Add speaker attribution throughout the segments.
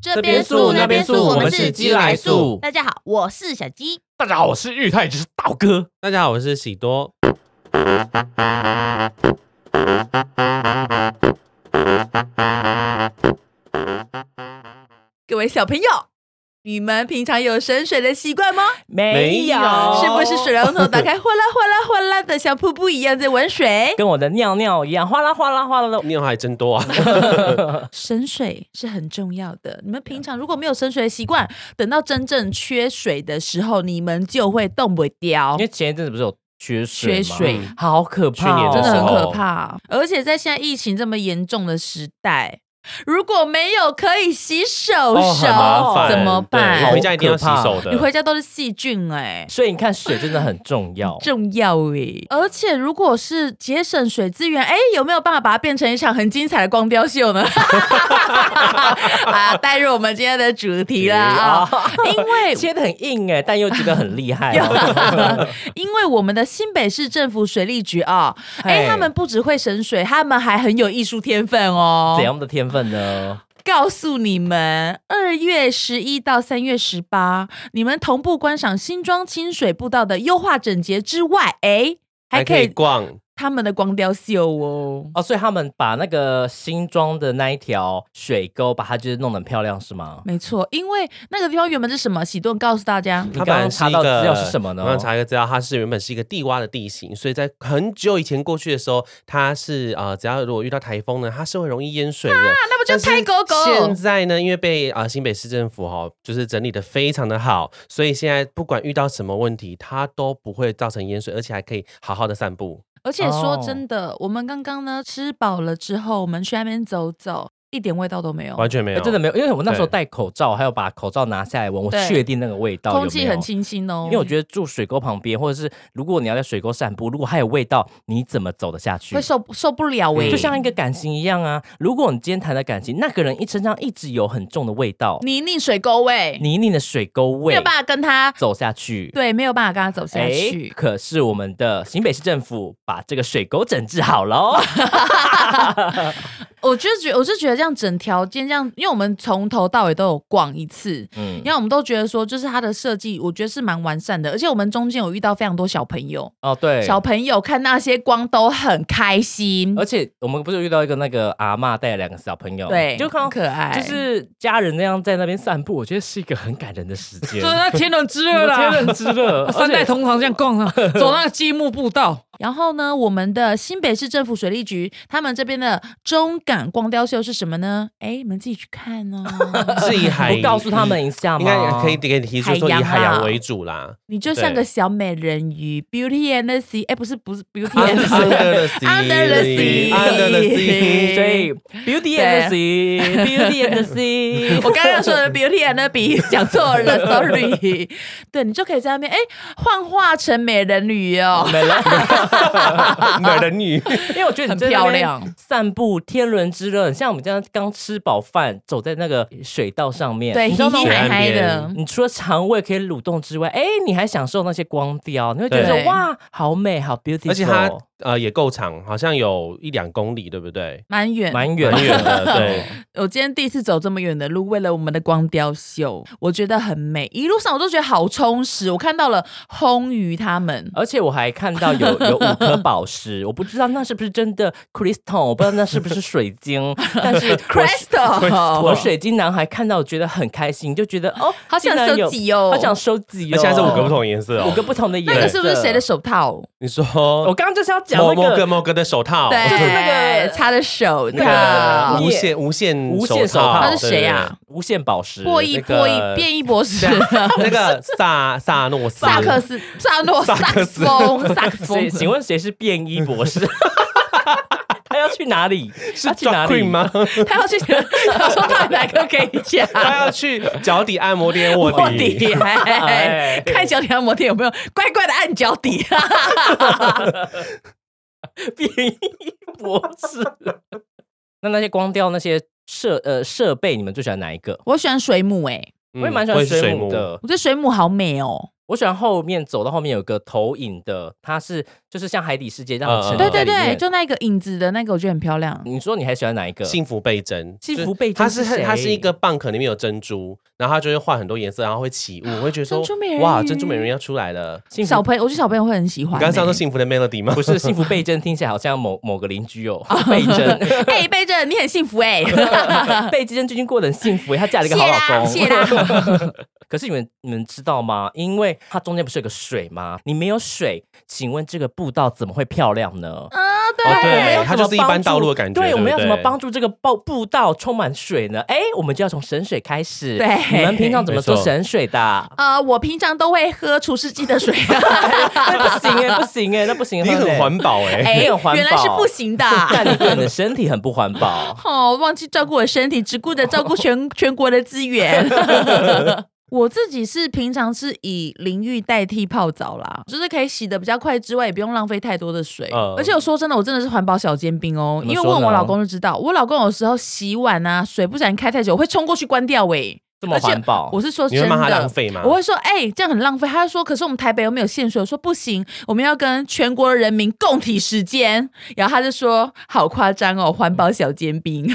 Speaker 1: 这边素那边素，我们是鸡来素。
Speaker 2: 大家好，我是小鸡。
Speaker 3: 大家好，我是玉泰，就是道哥。
Speaker 1: 大家好，我是喜多。
Speaker 4: 各位小朋友，你们平常有省水的习惯吗？
Speaker 5: 没有，
Speaker 4: 是不是水龙头打开，哗啦哗啦哗啦的，像瀑布一样在玩水？
Speaker 5: 跟我的尿尿一样，哗啦哗啦哗啦的？
Speaker 1: 尿还真多啊！
Speaker 4: 省水是很重要的。你们平常如果没有省水的习惯，等到真正缺水的时候，你们就会冻不掉
Speaker 5: 因。为前一阵子不是有缺水
Speaker 4: 缺
Speaker 5: 吗，
Speaker 4: 水
Speaker 1: 嗯
Speaker 5: 好可怕、哦，
Speaker 1: 去年
Speaker 4: 真的很
Speaker 1: 时
Speaker 4: 可
Speaker 1: 候
Speaker 4: 怕，而且在现在疫情这么严重的时代，如果没有可以洗手
Speaker 5: 哦
Speaker 4: 手，
Speaker 5: 很麻烦
Speaker 4: 怎么
Speaker 1: 对
Speaker 4: 办
Speaker 1: 回？家一定要洗手的。
Speaker 4: 你回家都是细菌哎、
Speaker 5: 所以你看，水真的很重要。
Speaker 4: 重要诶、而且如果是节省水资源，哎、有没有办法把它变成一场很精彩的光雕秀呢？ 啊，带入我们今天的主题啦啊、因为
Speaker 5: 切的很硬 哎、但又觉得很厉 害、哦。
Speaker 4: 因为我们的新北市政府水利局啊、哎、
Speaker 5: 嘿
Speaker 4: 他们不只会省水，他们还很有艺术天分哦。
Speaker 5: 怎样的天分呢？
Speaker 4: 告诉你们，二月十一到三月十八，你们同步观赏新庄清水步道的优化整洁之外，哎，还
Speaker 1: 还
Speaker 4: 可
Speaker 1: 可以
Speaker 4: 以
Speaker 1: 逛，
Speaker 4: 他们的光雕秀哦。
Speaker 5: 哦，所以他们把那个新装的那一条水沟，把它就是弄得很漂亮，是吗？
Speaker 4: 没错，因为那个地方原本是什么？喜顿告诉大家，
Speaker 5: 你
Speaker 1: 它本
Speaker 5: 刚刚
Speaker 1: 来是
Speaker 5: 查
Speaker 1: 一
Speaker 5: 到资
Speaker 1: 个
Speaker 5: 料是什么呢
Speaker 1: 我？刚查一个资料，它是原本是一个地洼的地形，所以在很久以前过去的时候，它是呃，只要如果遇到台风呢，它是会容易淹水的。
Speaker 5: 啊
Speaker 4: 那不就
Speaker 1: 但是
Speaker 4: 泰狗狗？
Speaker 1: 现在呢，因为被啊、呃新北市政府哈、就是整理的非常的好，所以现在不管遇到什么问题，它都不会造成淹水，而且还可以好好的散步。
Speaker 4: 而且说真的，
Speaker 5: 哦
Speaker 4: 我们刚刚呢吃饱了之后，我们去那边走走，一点味道都没有，
Speaker 1: 完全没有，
Speaker 5: 哎真的没有，因为我那时候
Speaker 1: 对
Speaker 5: 戴口罩，还有把口罩拿下来闻，我
Speaker 4: 对
Speaker 5: 确定那个味道有
Speaker 4: 空气
Speaker 5: 没有
Speaker 4: 很清新哦。
Speaker 5: 因为我觉得住水沟旁边，或者是如果你要在水沟散步，如果还有味道，你怎么走得嗯下去
Speaker 4: 会？受受不了哎、
Speaker 5: 就像一个感情一样啊，如果你今天谈的感情，那个人一身上一直有很重的味道，
Speaker 4: 泥泞水沟味，
Speaker 5: 泥泞的水沟
Speaker 4: 没
Speaker 5: 味
Speaker 4: 有，办法跟他
Speaker 5: 走下去。
Speaker 4: 对，没有办法跟他走下
Speaker 5: 诶
Speaker 4: 去。
Speaker 5: 可是我们的新北市政府把这个水沟整治好了哦，
Speaker 4: 我就觉，我是觉得这样整条街这样，因为我们从头到尾都有逛一次，
Speaker 5: 嗯
Speaker 4: 因，为我们都觉得说，就是它的设计，我觉得是蛮完善的，而且我们中间有遇到非常多小朋友，
Speaker 5: 哦对，
Speaker 4: 小朋友看那些光都很开心
Speaker 5: 而，且我们不是遇到一个那个阿嬷带了两个小朋友，
Speaker 4: 对，
Speaker 5: 就看
Speaker 4: 很
Speaker 5: 到
Speaker 4: 可爱，
Speaker 5: 就是家人那样在那边散步，我觉得是一个很感人的时间，
Speaker 2: 那天冷之热
Speaker 5: 我天冷之 热，而且
Speaker 2: 同堂这样逛啊， 走那个积木步道。
Speaker 4: 然后呢，我们的新北市政府水利局他们这边的中港光雕秀是什么呢？哎，你们自己去看哦。
Speaker 1: 是以海，
Speaker 5: 不告诉他们一下
Speaker 1: 应
Speaker 5: 吗？
Speaker 1: 该可以给你提出说以
Speaker 4: 海洋啊
Speaker 1: 海洋为主 啦。
Speaker 4: 你就像
Speaker 1: 对
Speaker 4: 个小美人鱼，Beauty and the Sea，哎，不是不是 Beauty and the Sea，Under
Speaker 1: Under the
Speaker 4: the sea
Speaker 1: sea，Under the sea，
Speaker 5: 所以 Beauty and the Sea，Beauty and the Sea，
Speaker 4: 我刚刚说的 Beauty and the Beast 讲错了，sorry。对你就可以在那边哎幻化成美人鱼哦，
Speaker 5: 没了，
Speaker 1: 美人鱼，
Speaker 5: 因为我觉得你在
Speaker 4: 很
Speaker 5: 那
Speaker 4: 漂
Speaker 5: 边
Speaker 4: 亮
Speaker 5: 散步天伦之乐，很像我们这样刚吃饱饭，走在那个水道上面，
Speaker 4: 对，
Speaker 5: 你
Speaker 4: 嘻
Speaker 5: 知道那
Speaker 4: 嘻
Speaker 5: 种
Speaker 4: 嗨嗨
Speaker 1: 水
Speaker 4: 的
Speaker 1: 岸。
Speaker 5: 你除了肠胃可以蠕动之外，哎，你还享受那些光雕，你会觉得说
Speaker 4: 对
Speaker 5: 哇，好美，好 beautiful，
Speaker 1: 而且它呃也够长，好像有一两公里，对不对？
Speaker 4: 蛮远，
Speaker 5: 蛮远啊
Speaker 1: 蛮远 的，对。
Speaker 4: 我今天第一次走这么远的路，为了我们的光雕秀，我觉得很美。一路上我都觉得好充实，我看到了红鱼他们，
Speaker 5: 而且我还看到有有五颗宝石，我不知道那是不是真的 crystal，我不知道那是不是水晶，但是
Speaker 4: Crystal
Speaker 5: 我水晶男孩看到我觉得很开心，就觉得哦，
Speaker 4: 好想
Speaker 5: 竟然有
Speaker 4: 收集哦
Speaker 5: 好想收集哦，
Speaker 1: 而且还是五个不同颜色
Speaker 5: 五
Speaker 1: 哦
Speaker 5: 个。不同的颜色，
Speaker 4: 那个是不是谁的？手套？
Speaker 1: 你说
Speaker 5: 我刚刚就是要讲
Speaker 1: 某
Speaker 5: 那
Speaker 1: 某个
Speaker 5: 个。
Speaker 1: 某个的手套，
Speaker 4: 对，
Speaker 5: 哦就是那个
Speaker 4: 擦的手
Speaker 1: 那
Speaker 4: 套
Speaker 1: 个
Speaker 5: 你。
Speaker 1: 无线无线
Speaker 5: 无线手套
Speaker 1: 套，
Speaker 4: 他是谁啊？
Speaker 5: 无限宝石，
Speaker 4: 破译
Speaker 1: 那个
Speaker 4: 破译变异博 士，
Speaker 1: 对？对对那啊个萨萨诺斯
Speaker 4: 萨克斯萨诺萨
Speaker 1: 萨
Speaker 4: 克
Speaker 1: 克
Speaker 4: 斯
Speaker 1: 斯
Speaker 4: 风萨克斯风，
Speaker 5: 谁？请问谁是便衣博 士？他要去哪里？
Speaker 1: 是
Speaker 5: 他去哪
Speaker 1: drag
Speaker 5: 里
Speaker 1: queen？吗？
Speaker 4: 他要去，他说他哪个可以讲？
Speaker 1: 他要去脚底按摩店 卧
Speaker 4: 卧
Speaker 1: 底。
Speaker 4: 底，哎
Speaker 5: 哎
Speaker 4: 看脚底按摩店有没有乖乖的按脚底。
Speaker 5: 便衣博士。那那些光雕那些设呃设备，你们最喜欢哪一个？
Speaker 4: 我喜欢水母，哎，
Speaker 1: 嗯
Speaker 5: 我也蛮喜
Speaker 1: 我
Speaker 5: 欢
Speaker 1: 也是
Speaker 5: 水
Speaker 1: 水
Speaker 5: 母
Speaker 1: 母
Speaker 5: 的。
Speaker 4: 我觉得水母好美哦。
Speaker 5: 我喜欢后面走到后面有个投影的，它是就是像海底世界这样
Speaker 1: 嗯
Speaker 5: 沉浸
Speaker 4: 对对
Speaker 5: 在里
Speaker 4: 对，
Speaker 5: 面。
Speaker 4: 就那个影子的那个，我觉得很漂亮。
Speaker 5: 你说你还喜欢哪一个？
Speaker 1: 幸福倍增，
Speaker 5: 幸
Speaker 1: 就是
Speaker 5: 福倍
Speaker 1: 它
Speaker 5: 增
Speaker 1: 是
Speaker 5: 是谁
Speaker 1: 它是一个蚌壳里面有珍珠，然后它就会换很多颜色，然后会起雾，我会觉得说
Speaker 4: 珍珠美人
Speaker 1: 哇，
Speaker 4: 鱼
Speaker 1: 珍珠美人鱼要出来了。
Speaker 5: 幸福
Speaker 4: 小朋友，我觉得小朋友会很喜
Speaker 1: 你
Speaker 4: 欢、欸。
Speaker 1: 刚刚是要说幸福的 melody 吗？
Speaker 5: 不是幸福倍增，听起来好像某某个邻 居哦，倍增
Speaker 4: 哎，贝正，你很幸福哎、
Speaker 5: 倍增最近过得很幸福耶，她嫁了一
Speaker 4: 谢
Speaker 5: 个好老
Speaker 4: 啦，
Speaker 5: 公。
Speaker 4: 谢啦。
Speaker 5: 可是你们你们知道吗？因为它中间不是有个水吗？你没有水，请问这个步道怎么会漂亮呢？
Speaker 4: 啊，对，
Speaker 1: 哦，
Speaker 5: 没有
Speaker 1: 对，它
Speaker 5: 什
Speaker 1: 就
Speaker 5: 么
Speaker 1: 是一般
Speaker 5: 帮助
Speaker 1: 道路的感觉。
Speaker 5: 对，我们要怎么帮
Speaker 1: 助？
Speaker 5: 助这个步步道充满水呢？哎，我们就要从省水开始。
Speaker 4: 对？
Speaker 5: 你们平常怎么做
Speaker 1: 没错
Speaker 5: 省水的啊
Speaker 4: 呃，我平常都会喝除湿机的水。
Speaker 5: 哎不行哎，不行哎，那不行，
Speaker 1: 你
Speaker 5: 喝
Speaker 1: 很
Speaker 5: 嘞
Speaker 1: 环保
Speaker 4: 欸
Speaker 1: 哎、
Speaker 5: 没有环保
Speaker 4: 原来是不行的。。
Speaker 5: 但你对你的身体很不环保
Speaker 4: 哦，忘记照顾我身体，只顾着照顾 全全国的资源。我自己是平常是以淋浴代替泡澡啦，就是可以洗的比较快之外，也不用浪费太多的水。
Speaker 1: 嗯
Speaker 4: 而且我说真的，我真的是环保小尖兵哦，
Speaker 5: 怎么
Speaker 4: 因为
Speaker 5: 说
Speaker 4: 问
Speaker 5: 呢
Speaker 4: 我老公就知道，我老公有时候洗碗啊，水不小心开太久，我会冲过去关掉喂、
Speaker 5: 这么环保，
Speaker 4: 我是说
Speaker 1: 你
Speaker 4: 真
Speaker 1: 会
Speaker 4: 的，
Speaker 1: 骂他浪费吗？
Speaker 4: 我会说，哎、这样很浪费。他就说，可是我们台北又没有限水。我说不行，我们要跟全国人民共体时间。然后他就说，好夸张哦，环保小尖兵。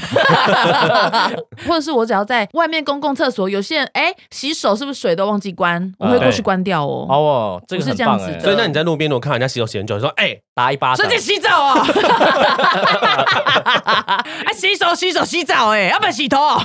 Speaker 4: 或者是我只要在外面公共厕所，有些人哎、洗手是不是水都忘记关，我会过去关掉哦。
Speaker 5: 哦，这个
Speaker 4: 我是
Speaker 5: 很
Speaker 4: 这样
Speaker 5: 棒
Speaker 4: 子
Speaker 5: 哎，
Speaker 4: 的
Speaker 1: 所以那你在路边，如果看到人家洗手洗很久，你说哎、
Speaker 5: 打一巴
Speaker 4: 所
Speaker 5: 掌
Speaker 4: 以。在洗 澡哦，啊，洗手洗手洗澡哎、要不然洗头、哦。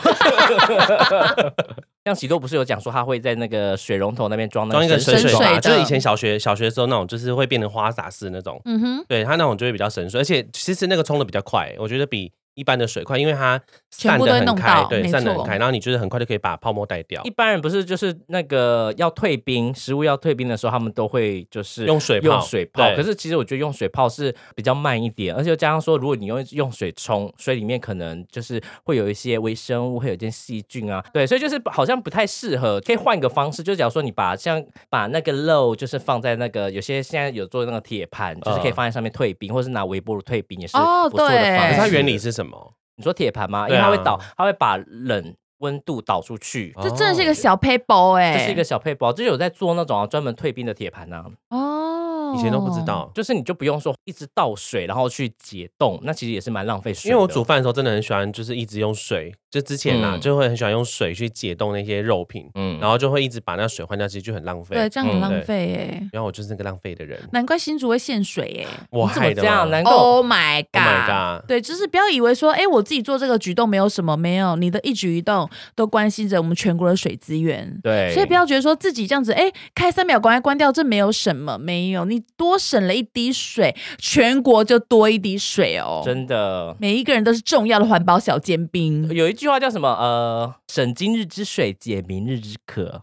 Speaker 5: 像喜多不是有讲说他会在那个水龙头那边装那
Speaker 1: 装一个
Speaker 5: 神
Speaker 1: 神
Speaker 4: 水
Speaker 1: 水
Speaker 4: 嘛
Speaker 1: 嘛，
Speaker 4: 的
Speaker 1: 就是以前小学小学的时候那种，就是会变成花洒式那种。
Speaker 4: 嗯哼，
Speaker 1: 对它那种就会比较神水，而且其实那个冲的比较快，我觉得比一般的水快，因为它
Speaker 4: 全
Speaker 1: 散
Speaker 4: 部
Speaker 1: 的
Speaker 4: 都会
Speaker 1: 很
Speaker 4: 弄
Speaker 1: 开
Speaker 4: 到，
Speaker 1: 对，
Speaker 4: 没
Speaker 1: 散的
Speaker 4: 错
Speaker 1: 很开，然后你就是很快就可以把泡沫带掉
Speaker 5: 一。般人不是就是那个要退冰，食物要退冰的时候，他们都会就是
Speaker 1: 用水泡
Speaker 5: 用水泡。
Speaker 1: 对
Speaker 5: 可是其实我觉得用水泡是比较慢一点，而且加上说，如果你用用水冲，水里面可能就是会有一些微生物，会有一些细菌啊，对，所以就是好像不太适合。可以换一个方式，就假如说你把像把那个漏就是放在那个有些现在有做那个铁盘，就是可以
Speaker 1: 嗯
Speaker 5: 放在上面退冰，或是拿微波炉退冰也是
Speaker 4: 哦
Speaker 5: 不错的
Speaker 4: 对
Speaker 5: 方
Speaker 1: 可
Speaker 5: 式。
Speaker 1: 是它原理是什么？
Speaker 5: 你说铁盘吗？因
Speaker 1: 对
Speaker 5: 为
Speaker 1: 啊
Speaker 5: 它会导，它会把冷温度导出去。
Speaker 4: 这真的是一
Speaker 1: 哦
Speaker 4: 个小 paper 哎、
Speaker 5: 这是一个小配包，这有在做那种啊专门退冰的铁盘啊，
Speaker 4: 哦，
Speaker 1: 以前都不知。道。
Speaker 5: 就是你就不用说一直倒水然后去解冻，那其实也是蛮浪费水
Speaker 1: 因
Speaker 5: 的。
Speaker 1: 为我煮饭的时候真的很喜欢，就是一直用水。就之前啊，
Speaker 5: 嗯
Speaker 1: 就会很喜欢用水去解冻那些肉品，
Speaker 5: 嗯
Speaker 1: 然后就会一直把那水换掉，其实就很浪费。
Speaker 4: 对，这样很
Speaker 5: 嗯
Speaker 4: 浪
Speaker 1: 对
Speaker 4: 费哎、
Speaker 1: 然后我就是那个浪费的人，
Speaker 4: 难怪新竹会限水哎、
Speaker 1: 我
Speaker 5: 你怎么
Speaker 1: 害的
Speaker 5: 这样？
Speaker 1: 吗。
Speaker 5: 难怪我
Speaker 4: Oh my god！,
Speaker 1: my god
Speaker 4: 对，就是不要以为说，哎、我自己做这个举动没有什么，没有，你的一举一动都关系着我们全国的水资源。
Speaker 5: 对，
Speaker 4: 所以不要觉得说自己这样子，哎、开三秒赶快关掉，这没有什么，没有，你多省了一滴水，全国就多一滴水哦。
Speaker 5: 真的。
Speaker 4: 每一个人都是重要的环保小尖兵，
Speaker 5: 有一句话叫什么？呃，省今日之水，解明日之渴。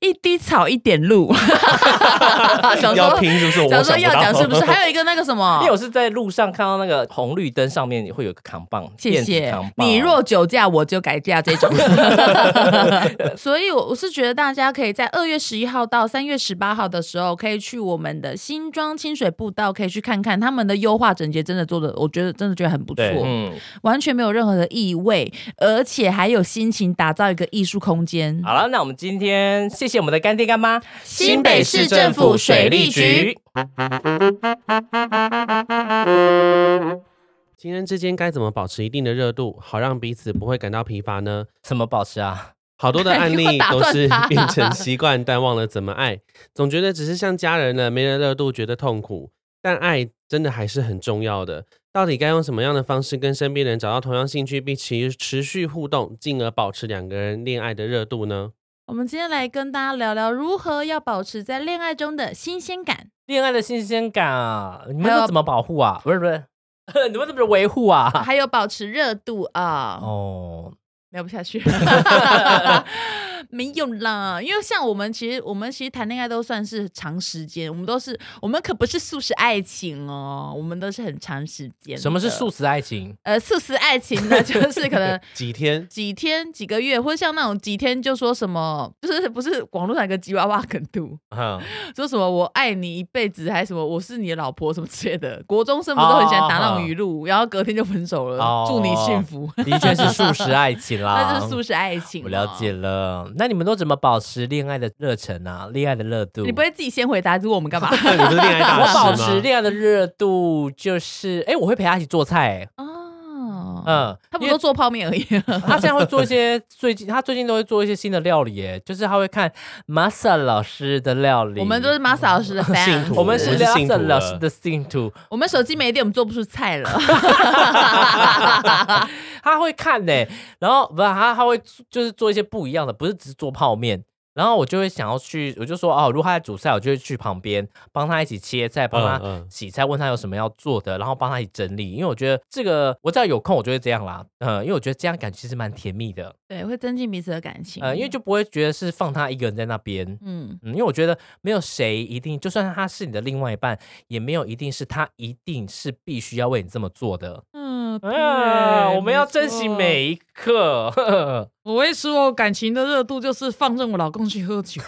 Speaker 4: 一滴草一点露。想
Speaker 1: 要
Speaker 4: 说，
Speaker 1: 听是不是？我
Speaker 4: 想
Speaker 1: 想
Speaker 4: 说
Speaker 1: 不
Speaker 4: 要讲
Speaker 1: 到
Speaker 4: 是不是？还有一个那个什么，
Speaker 5: 因为我是在路上看到那个红绿灯上面会有个扛棒，
Speaker 4: 谢
Speaker 5: 电子
Speaker 4: 谢
Speaker 5: 扛。棒
Speaker 4: 你若酒驾，我就改嫁这种。 所以，我我是觉得大家可以在二月十一号到三月十八号的时候，可以去我们的新庄清水步道，可以去看看他们的优化整洁，真的做的，我觉得真的觉得很不错
Speaker 1: 对，
Speaker 5: 嗯，
Speaker 4: 完全没有任何的异味，而且还有心情打造一个艺术空间。
Speaker 5: 好了，那我们今天谢谢我们的干爹干妈，
Speaker 4: 新北市政府水利局。
Speaker 1: 情人之间该怎么保持一定的热度，好让彼此不会感到疲乏呢？
Speaker 5: 怎么保持啊？
Speaker 1: 好多的案
Speaker 4: 你给我
Speaker 1: 例
Speaker 4: 打
Speaker 1: 都
Speaker 4: 断
Speaker 1: 是
Speaker 4: 他
Speaker 1: 变成习惯，但忘了怎么爱，总觉得只是像家人了，没了热度，觉得痛苦。但爱真的还是很重要的。到底该用什么样的方式跟身边人找到同样兴趣，并持持续互动，进而保持两个人恋爱的热度呢？
Speaker 4: 我们今天来跟大家聊聊如何要保持在恋爱中的新鲜感。
Speaker 5: 恋爱的新鲜感啊，你们
Speaker 4: 还有
Speaker 5: 都怎么保护啊？不是不是，你们怎么维护啊？
Speaker 4: 还有保持热度啊、
Speaker 5: 哦，
Speaker 4: 聊不下 去， 没有啦，因为像我们其实我们其实谈恋爱都算是长时间，我们都是我们可不是素食爱情哦，我们都是很长时间的。
Speaker 5: 什么是素食爱情？
Speaker 4: 呃素食爱情呢？ 就是可能
Speaker 1: 几天？
Speaker 4: 几天、几个月，或者像那种几天就说什么，就是不是网络上有个吉娃娃梗图，
Speaker 5: 嗯，
Speaker 4: 说什么我爱你一辈子，还什么我是你的老婆什么之类的。国中生不都很喜欢打那种语录，然后隔天就分手了，
Speaker 5: 哦
Speaker 4: 祝你幸福。
Speaker 5: 的确是素食爱情啦。
Speaker 4: 那就是素食爱情嘛，啊
Speaker 5: 我了解了。那那你们都怎么保持恋爱的热忱啊？恋爱的热度？啊
Speaker 4: 你不会自己先回答，如果我们 干嘛？
Speaker 1: 那你不是恋爱大
Speaker 5: 我
Speaker 1: 师吗？
Speaker 5: 保持恋爱的热度就是，哎、我会陪他一起做菜、
Speaker 4: 哦，
Speaker 5: 嗯，
Speaker 4: 他不
Speaker 5: 因
Speaker 4: 过
Speaker 5: 为
Speaker 4: 做泡面而已。
Speaker 5: 他现在会做一些 最近，他最近都会做一些新的料理，耶，就是他会看 Masa 老师的料理。
Speaker 4: 我们都是玛莎老师的
Speaker 1: 信
Speaker 4: fan，
Speaker 1: 徒
Speaker 5: 我们是
Speaker 1: 我是信徒
Speaker 5: Masa
Speaker 1: 了
Speaker 5: 老师的信徒，
Speaker 4: 我们手机没电，我们做不出菜 了。
Speaker 5: 他会看呢、
Speaker 1: 嗯
Speaker 5: 然后不是他他会就是做一些不一样的，不是只是做泡面。然后我就会想要去，我就说哦，如果他在煮菜，我就会去旁边帮他一起切菜，帮他
Speaker 1: 嗯嗯
Speaker 5: 洗菜，问他有什么要做的，然后帮他一起整理。因为我觉得这个，我只要有空，我就会这样啦。嗯，因为我觉得这样感其实蛮甜蜜的，
Speaker 4: 对，会增进彼此的感情。
Speaker 5: 呃，因为就不会觉得是放他一个人在那边。
Speaker 4: 嗯，
Speaker 5: 嗯，因为我觉得没有谁一定，就算他是你的另外一半，也没有一定是他一定是必须要为你这么做的。
Speaker 4: 嗯，
Speaker 5: 啊，
Speaker 4: 对
Speaker 5: 我们要珍惜。每一刻。呵呵
Speaker 2: 我会说感情的热度就是放任我老公去 喝酒，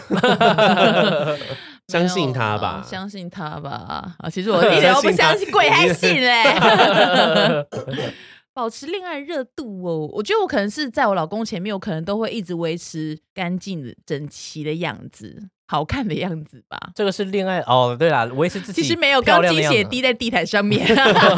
Speaker 1: 相信
Speaker 4: 没
Speaker 1: 他
Speaker 4: 有
Speaker 1: 吧
Speaker 4: 啊。相信他吧。啊，其实 我一点都不相
Speaker 1: 相
Speaker 4: 信
Speaker 1: 信，他
Speaker 4: 鬼还信嘞。保持恋爱热度哦，我觉得我可能是在我老公前面，我可能都会一直维持干净的、整齐的样子，好看的样子吧。
Speaker 5: 这个是恋爱哦，对啦，维持自己
Speaker 4: 其实没有，
Speaker 5: 漂
Speaker 4: 刚
Speaker 5: 亮的
Speaker 4: 鸡
Speaker 5: 样
Speaker 4: 血
Speaker 5: 子。
Speaker 4: 滴在地毯上 面。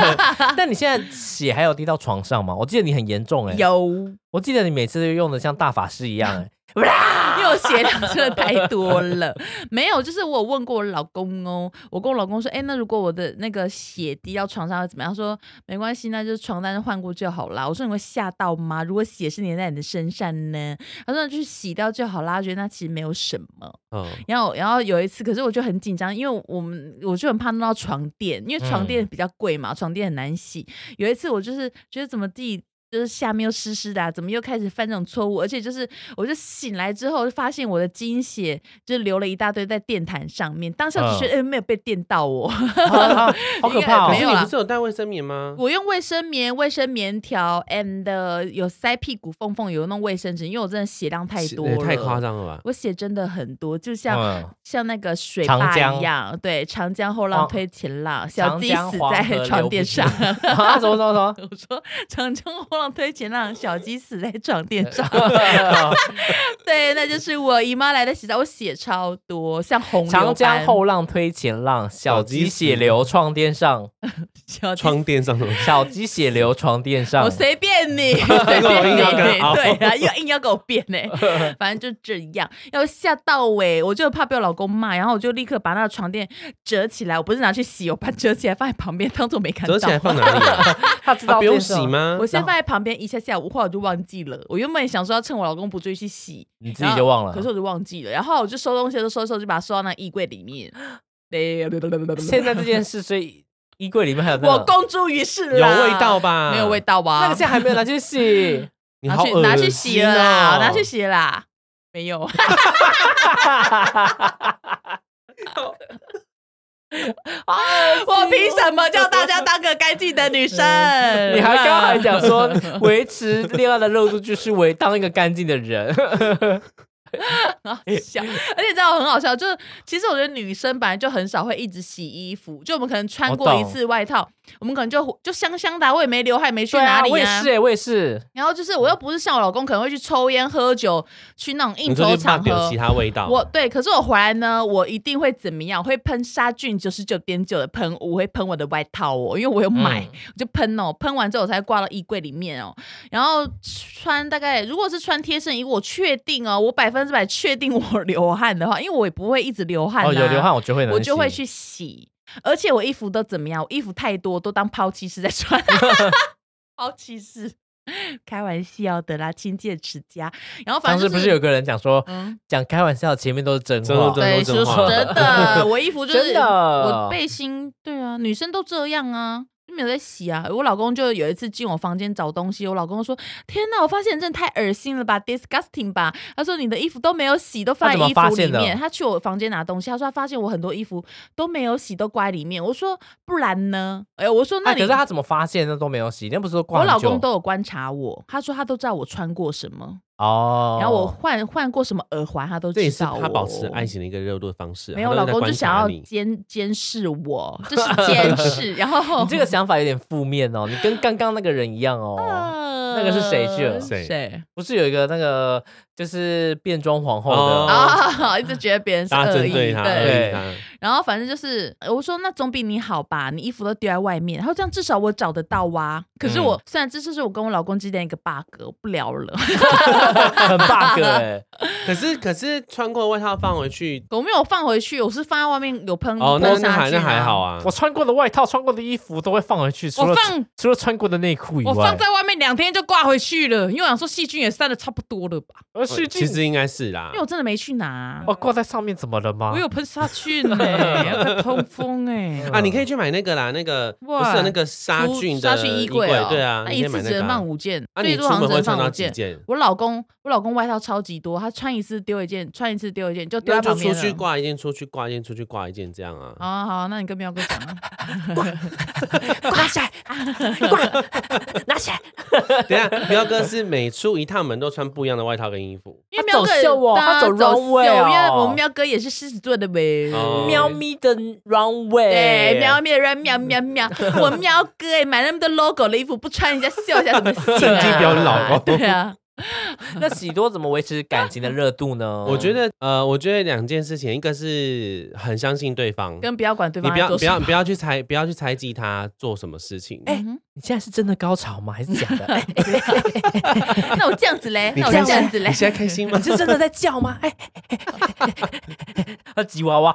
Speaker 5: 但你现在血还有滴到床上吗？我记得你很严重哎、
Speaker 4: 有，
Speaker 5: 我记得你每次都用的像大法师一样哎、
Speaker 4: 因为我血量真的太多了。没有，就是我有问过我老公哦，我跟我老公说，哎、那如果我的那个血滴到床上会怎么样？他说没关系，那就是床单换过就好啦。我说你会吓到吗？如果血是粘在你的身上呢？他说那就是洗掉就好啦。他觉得那其实没有什么。
Speaker 1: 嗯，
Speaker 4: 然后，然后有一次，可是我就很紧张，因为我们我就很怕弄到床垫，因为床垫
Speaker 1: 嗯
Speaker 4: 比较贵嘛，床垫很难洗。有一次我就是觉得怎么地。就是下面又湿湿的、啊，怎么又开始犯这种错误？而且就是，我就醒来之后就发现我的精血就流了一大堆在电毯上面，当下我
Speaker 1: 嗯
Speaker 4: 就觉得、哎没有被电到我，
Speaker 5: 好好好可怕
Speaker 4: 应该
Speaker 5: 哦！
Speaker 4: 没有
Speaker 1: 可是你
Speaker 4: 啦
Speaker 1: 不是有带卫生棉吗？
Speaker 4: 我用卫生棉、卫生棉条，and 有塞屁股缝缝，有弄卫生纸，因为我真的血量太多
Speaker 1: 也
Speaker 4: 了，
Speaker 1: 太夸，张了吧？
Speaker 4: 我血真的很多，就像
Speaker 5: 嗯，
Speaker 4: 像那个水
Speaker 5: 长
Speaker 4: 坝
Speaker 5: 江哦
Speaker 4: 一样，对，长江后浪推前浪，小
Speaker 5: 长
Speaker 4: D
Speaker 5: 江
Speaker 4: 死
Speaker 5: 黄河
Speaker 4: 在
Speaker 5: 流
Speaker 4: 床
Speaker 5: 不
Speaker 4: 垫
Speaker 5: 止
Speaker 4: 上。
Speaker 5: 啊，什么什么什么？
Speaker 4: 我说长江后浪推前浪，小鸡死在床垫 上。对，那就是我姨妈来的洗澡，我血超多，像洪流
Speaker 5: 长江
Speaker 4: 般
Speaker 5: 后浪推前浪，小
Speaker 1: 小鸡
Speaker 5: 鸡血流床 垫上，
Speaker 4: 小鸡
Speaker 1: 床垫上的
Speaker 5: 小鸡血流床垫上。
Speaker 4: 我随便 你，随便你，
Speaker 1: 硬要跟他凹
Speaker 4: 对啊，又硬要给我变呢、反正就这样，要吓到我、欸我就怕被我老公骂，然后我就立刻把那个床垫折起来，我不是拿去洗，我把它折起来放在旁边，当做没看到。
Speaker 1: 折起来放哪里 啊？
Speaker 5: 他知
Speaker 1: 它
Speaker 5: 道
Speaker 1: 不用
Speaker 5: 这件事
Speaker 1: 洗
Speaker 5: 哦？
Speaker 1: 吗
Speaker 4: 我？先放在旁边一下下，我后来我就忘记了。我原本想说要趁我老公不注意去洗，
Speaker 5: 你自己就忘了。啊
Speaker 4: 可是我就忘记了。然后我就收东西的时候收一收，就把它收到那衣柜里面。对，
Speaker 5: 现在这件事，所以衣柜里面还有那
Speaker 4: 我
Speaker 5: 个
Speaker 4: 公诸于世
Speaker 1: 有
Speaker 4: 啦，
Speaker 1: 味道吧？
Speaker 4: 没有味，道吧？
Speaker 5: 那个现在还没有拿去 洗。
Speaker 1: 你
Speaker 4: 拿
Speaker 1: 好
Speaker 4: 去拿去
Speaker 1: 恶
Speaker 4: 洗
Speaker 1: 心
Speaker 4: 了啦，
Speaker 1: 哦
Speaker 4: 拿去洗了啦，没 有。我凭什么叫大家当个干净的女生？
Speaker 5: 你还刚还讲说，维持恋爱的热度就是为当一个干净的 人。
Speaker 4: 很好
Speaker 5: 哎
Speaker 4: 笑，而且你知道很好笑，就是其实我觉得女生本来就很少会一直洗衣服，就我们可能穿过
Speaker 5: 我
Speaker 4: 一
Speaker 5: 懂
Speaker 4: 次外套，我们可能就就香香的啊、我也没流汗，没去
Speaker 5: 对
Speaker 4: 哪
Speaker 5: 啊，
Speaker 4: 里
Speaker 5: 我也是，哎，我也是。
Speaker 4: 然后就是我又不是像我老公，可能会去抽烟、喝酒，去那种应
Speaker 1: 你说
Speaker 4: 酬
Speaker 1: 就怕
Speaker 4: 场
Speaker 1: 有
Speaker 4: 合
Speaker 1: 其。他味道。
Speaker 4: 我对，可是我回来呢，我一定会怎么样？会喷杀菌九十九点九的喷雾，会喷我的外套哦，因为我有买，
Speaker 5: 嗯
Speaker 4: 我就喷哦，喷完之后我才挂到衣柜里面哦。然后穿大概如果是穿贴身衣物，我确定哦，我百分之百确定我流汗的话，因为我也不会一直流汗、啊，
Speaker 5: 哦，有流汗，我就会拿
Speaker 4: 我就会
Speaker 5: 洗。
Speaker 4: 去洗。而且我衣服都怎么样？我衣服太多，都当抛弃式在 穿。抛弃式，开玩笑的啦，亲戒持家。然后反
Speaker 5: 当
Speaker 4: 正、
Speaker 5: 时
Speaker 4: 就
Speaker 5: 不是有个人讲说，
Speaker 4: 嗯，
Speaker 5: 讲开玩笑，前面都是真
Speaker 1: 真的
Speaker 5: 话。哎
Speaker 4: 对，
Speaker 1: 真
Speaker 4: 是
Speaker 1: 话
Speaker 4: 真的，我衣服就是
Speaker 5: 真的
Speaker 4: 我背心，对啊，女生都这样啊。就没有在洗啊！我老公就有一次进我房间找东西，我老公说：“天哪，我发现你真的太恶心了吧，disgusting 吧？”他说：“你的衣服都没有洗，都放在
Speaker 5: 他怎么
Speaker 4: 衣服
Speaker 5: 发
Speaker 4: 里
Speaker 5: 现的
Speaker 4: 面。”他去我房间拿东西，他说他发现我很多衣服都没有洗，都挂在里面。我说：“不然呢？”哎、我说：“那
Speaker 5: 哎，可
Speaker 4: 你、
Speaker 5: 是他怎么发现那都没有洗？那不是都挂
Speaker 4: 我
Speaker 5: 很久
Speaker 4: 老公都有观察我，他说他都知道我穿过什么，
Speaker 5: 哦，
Speaker 4: 然后我换换过什么耳环，他都
Speaker 1: 这也
Speaker 4: 知
Speaker 1: 是
Speaker 4: 道我。
Speaker 1: 他保持爱情的一个热度的方式啊。
Speaker 4: 没有，
Speaker 1: 他
Speaker 4: 老
Speaker 1: 都在
Speaker 4: 公就
Speaker 1: 观
Speaker 4: 想
Speaker 1: 察
Speaker 4: 要
Speaker 1: 你
Speaker 4: 监监视 我，这是监视。然后 嗯
Speaker 5: 你这个想法有点负面哦，你跟刚刚那个人一样哦。那个是谁去了
Speaker 1: 谁
Speaker 4: 呃谁
Speaker 5: 不是有一个那个就是变装皇后
Speaker 1: 哦
Speaker 5: 的，
Speaker 4: 啊？一直觉得别人是
Speaker 1: 大家
Speaker 4: 恶
Speaker 1: 针
Speaker 4: 意，
Speaker 1: 对他，恶
Speaker 5: 对
Speaker 1: 意他
Speaker 4: 然后反正就是，呃我说那总比你好吧，你衣服都丢在外面，然后这样至少我找得到啊。可是我、
Speaker 1: 嗯
Speaker 4: 虽然这就是我跟我老公之间的一个 bug，我不聊了，
Speaker 5: 很 bug 哎，
Speaker 1: 可是可是穿过外套放回去，
Speaker 4: 我没有放回去，我是放在外面有喷
Speaker 1: 哦，那
Speaker 4: 喷
Speaker 1: 那
Speaker 4: 杀
Speaker 1: 还
Speaker 4: 菌
Speaker 1: 那还
Speaker 4: 啊
Speaker 1: 好啊
Speaker 3: 我。穿过的外套、穿过的衣服都会放回去，除
Speaker 2: 我
Speaker 3: 了
Speaker 2: 放
Speaker 3: 除了穿过的内裤以
Speaker 2: 我
Speaker 3: 外
Speaker 2: 放，在外面两天就挂回去了，因为我想说细菌也散的差不多了吧，
Speaker 3: 而是
Speaker 1: 哦其实应该是啦
Speaker 4: 因为，我真的没去拿。
Speaker 1: 哦
Speaker 5: 哦
Speaker 3: 我挂在上面怎么了吗
Speaker 2: 我？有喷杀菌 哎、要不要通风哎、
Speaker 1: 啊，你可以去买那个啦，那个不是有那个杀
Speaker 4: 除
Speaker 1: 菌
Speaker 4: 杀
Speaker 1: 的
Speaker 4: 菌
Speaker 1: 衣
Speaker 4: 衣柜哦，
Speaker 1: 对啊，
Speaker 4: 那
Speaker 1: 你
Speaker 4: 一
Speaker 1: 可以买
Speaker 4: 次
Speaker 1: 那
Speaker 4: 只
Speaker 1: 个
Speaker 4: 能
Speaker 1: 啊
Speaker 4: 放五件，
Speaker 1: 啊，
Speaker 4: 最
Speaker 1: 你
Speaker 4: 多
Speaker 1: 出
Speaker 4: 好像
Speaker 1: 门
Speaker 4: 只
Speaker 1: 会
Speaker 4: 能
Speaker 1: 穿
Speaker 4: 放
Speaker 1: 到
Speaker 4: 五
Speaker 1: 几
Speaker 4: 件。
Speaker 1: 件？
Speaker 4: 我老公，我老公外套超级多，他穿一次丢一件，穿一次丢一件，就丢
Speaker 1: 那
Speaker 4: 在
Speaker 1: 就
Speaker 4: 旁
Speaker 1: 出
Speaker 4: 边
Speaker 1: 去
Speaker 4: 了。
Speaker 1: 挂一件，出去挂一件，出去挂一件这样啊。
Speaker 4: 啊、好，那你跟啊喵哥讲啊，
Speaker 5: 挂起来， 挂，拿起来，
Speaker 1: 等一下，彪哥是每出一趟门都穿不一样的外套跟衣服，
Speaker 4: 因为喵哥
Speaker 5: 他走秀哦
Speaker 4: 当然
Speaker 5: 他走 runway
Speaker 4: 秀因为
Speaker 5: 哦
Speaker 4: 我们喵哥也是狮子座的呗。
Speaker 1: 哦
Speaker 5: 喵咪的 runway，
Speaker 4: 对，喵喵喵喵喵喵，我喵哥哎，买那么多 logo 的衣服不穿，人家笑一下什么信啊？
Speaker 3: 震 惊表演老公
Speaker 4: 对啊，
Speaker 5: 那喜多怎么维持感情的热度呢？
Speaker 1: 我觉得，呃，我觉得两件事情，一个是很相信对方，
Speaker 4: 跟不要管对
Speaker 1: 你
Speaker 4: 方
Speaker 1: 不
Speaker 4: 在
Speaker 1: 要
Speaker 4: 做
Speaker 1: 不
Speaker 4: 什么。
Speaker 1: 要不要去猜，不要去猜忌他做什么事情。
Speaker 5: 哎你现在是真的高潮吗？还是 假的？哎
Speaker 4: 那我这样子嘞，
Speaker 1: 你
Speaker 4: 那我这
Speaker 1: 现
Speaker 4: 样
Speaker 1: 在
Speaker 4: 子嘞
Speaker 1: 你，现在开 心吗
Speaker 5: 你？是真的在叫吗？哎，那呃吉 娃娃，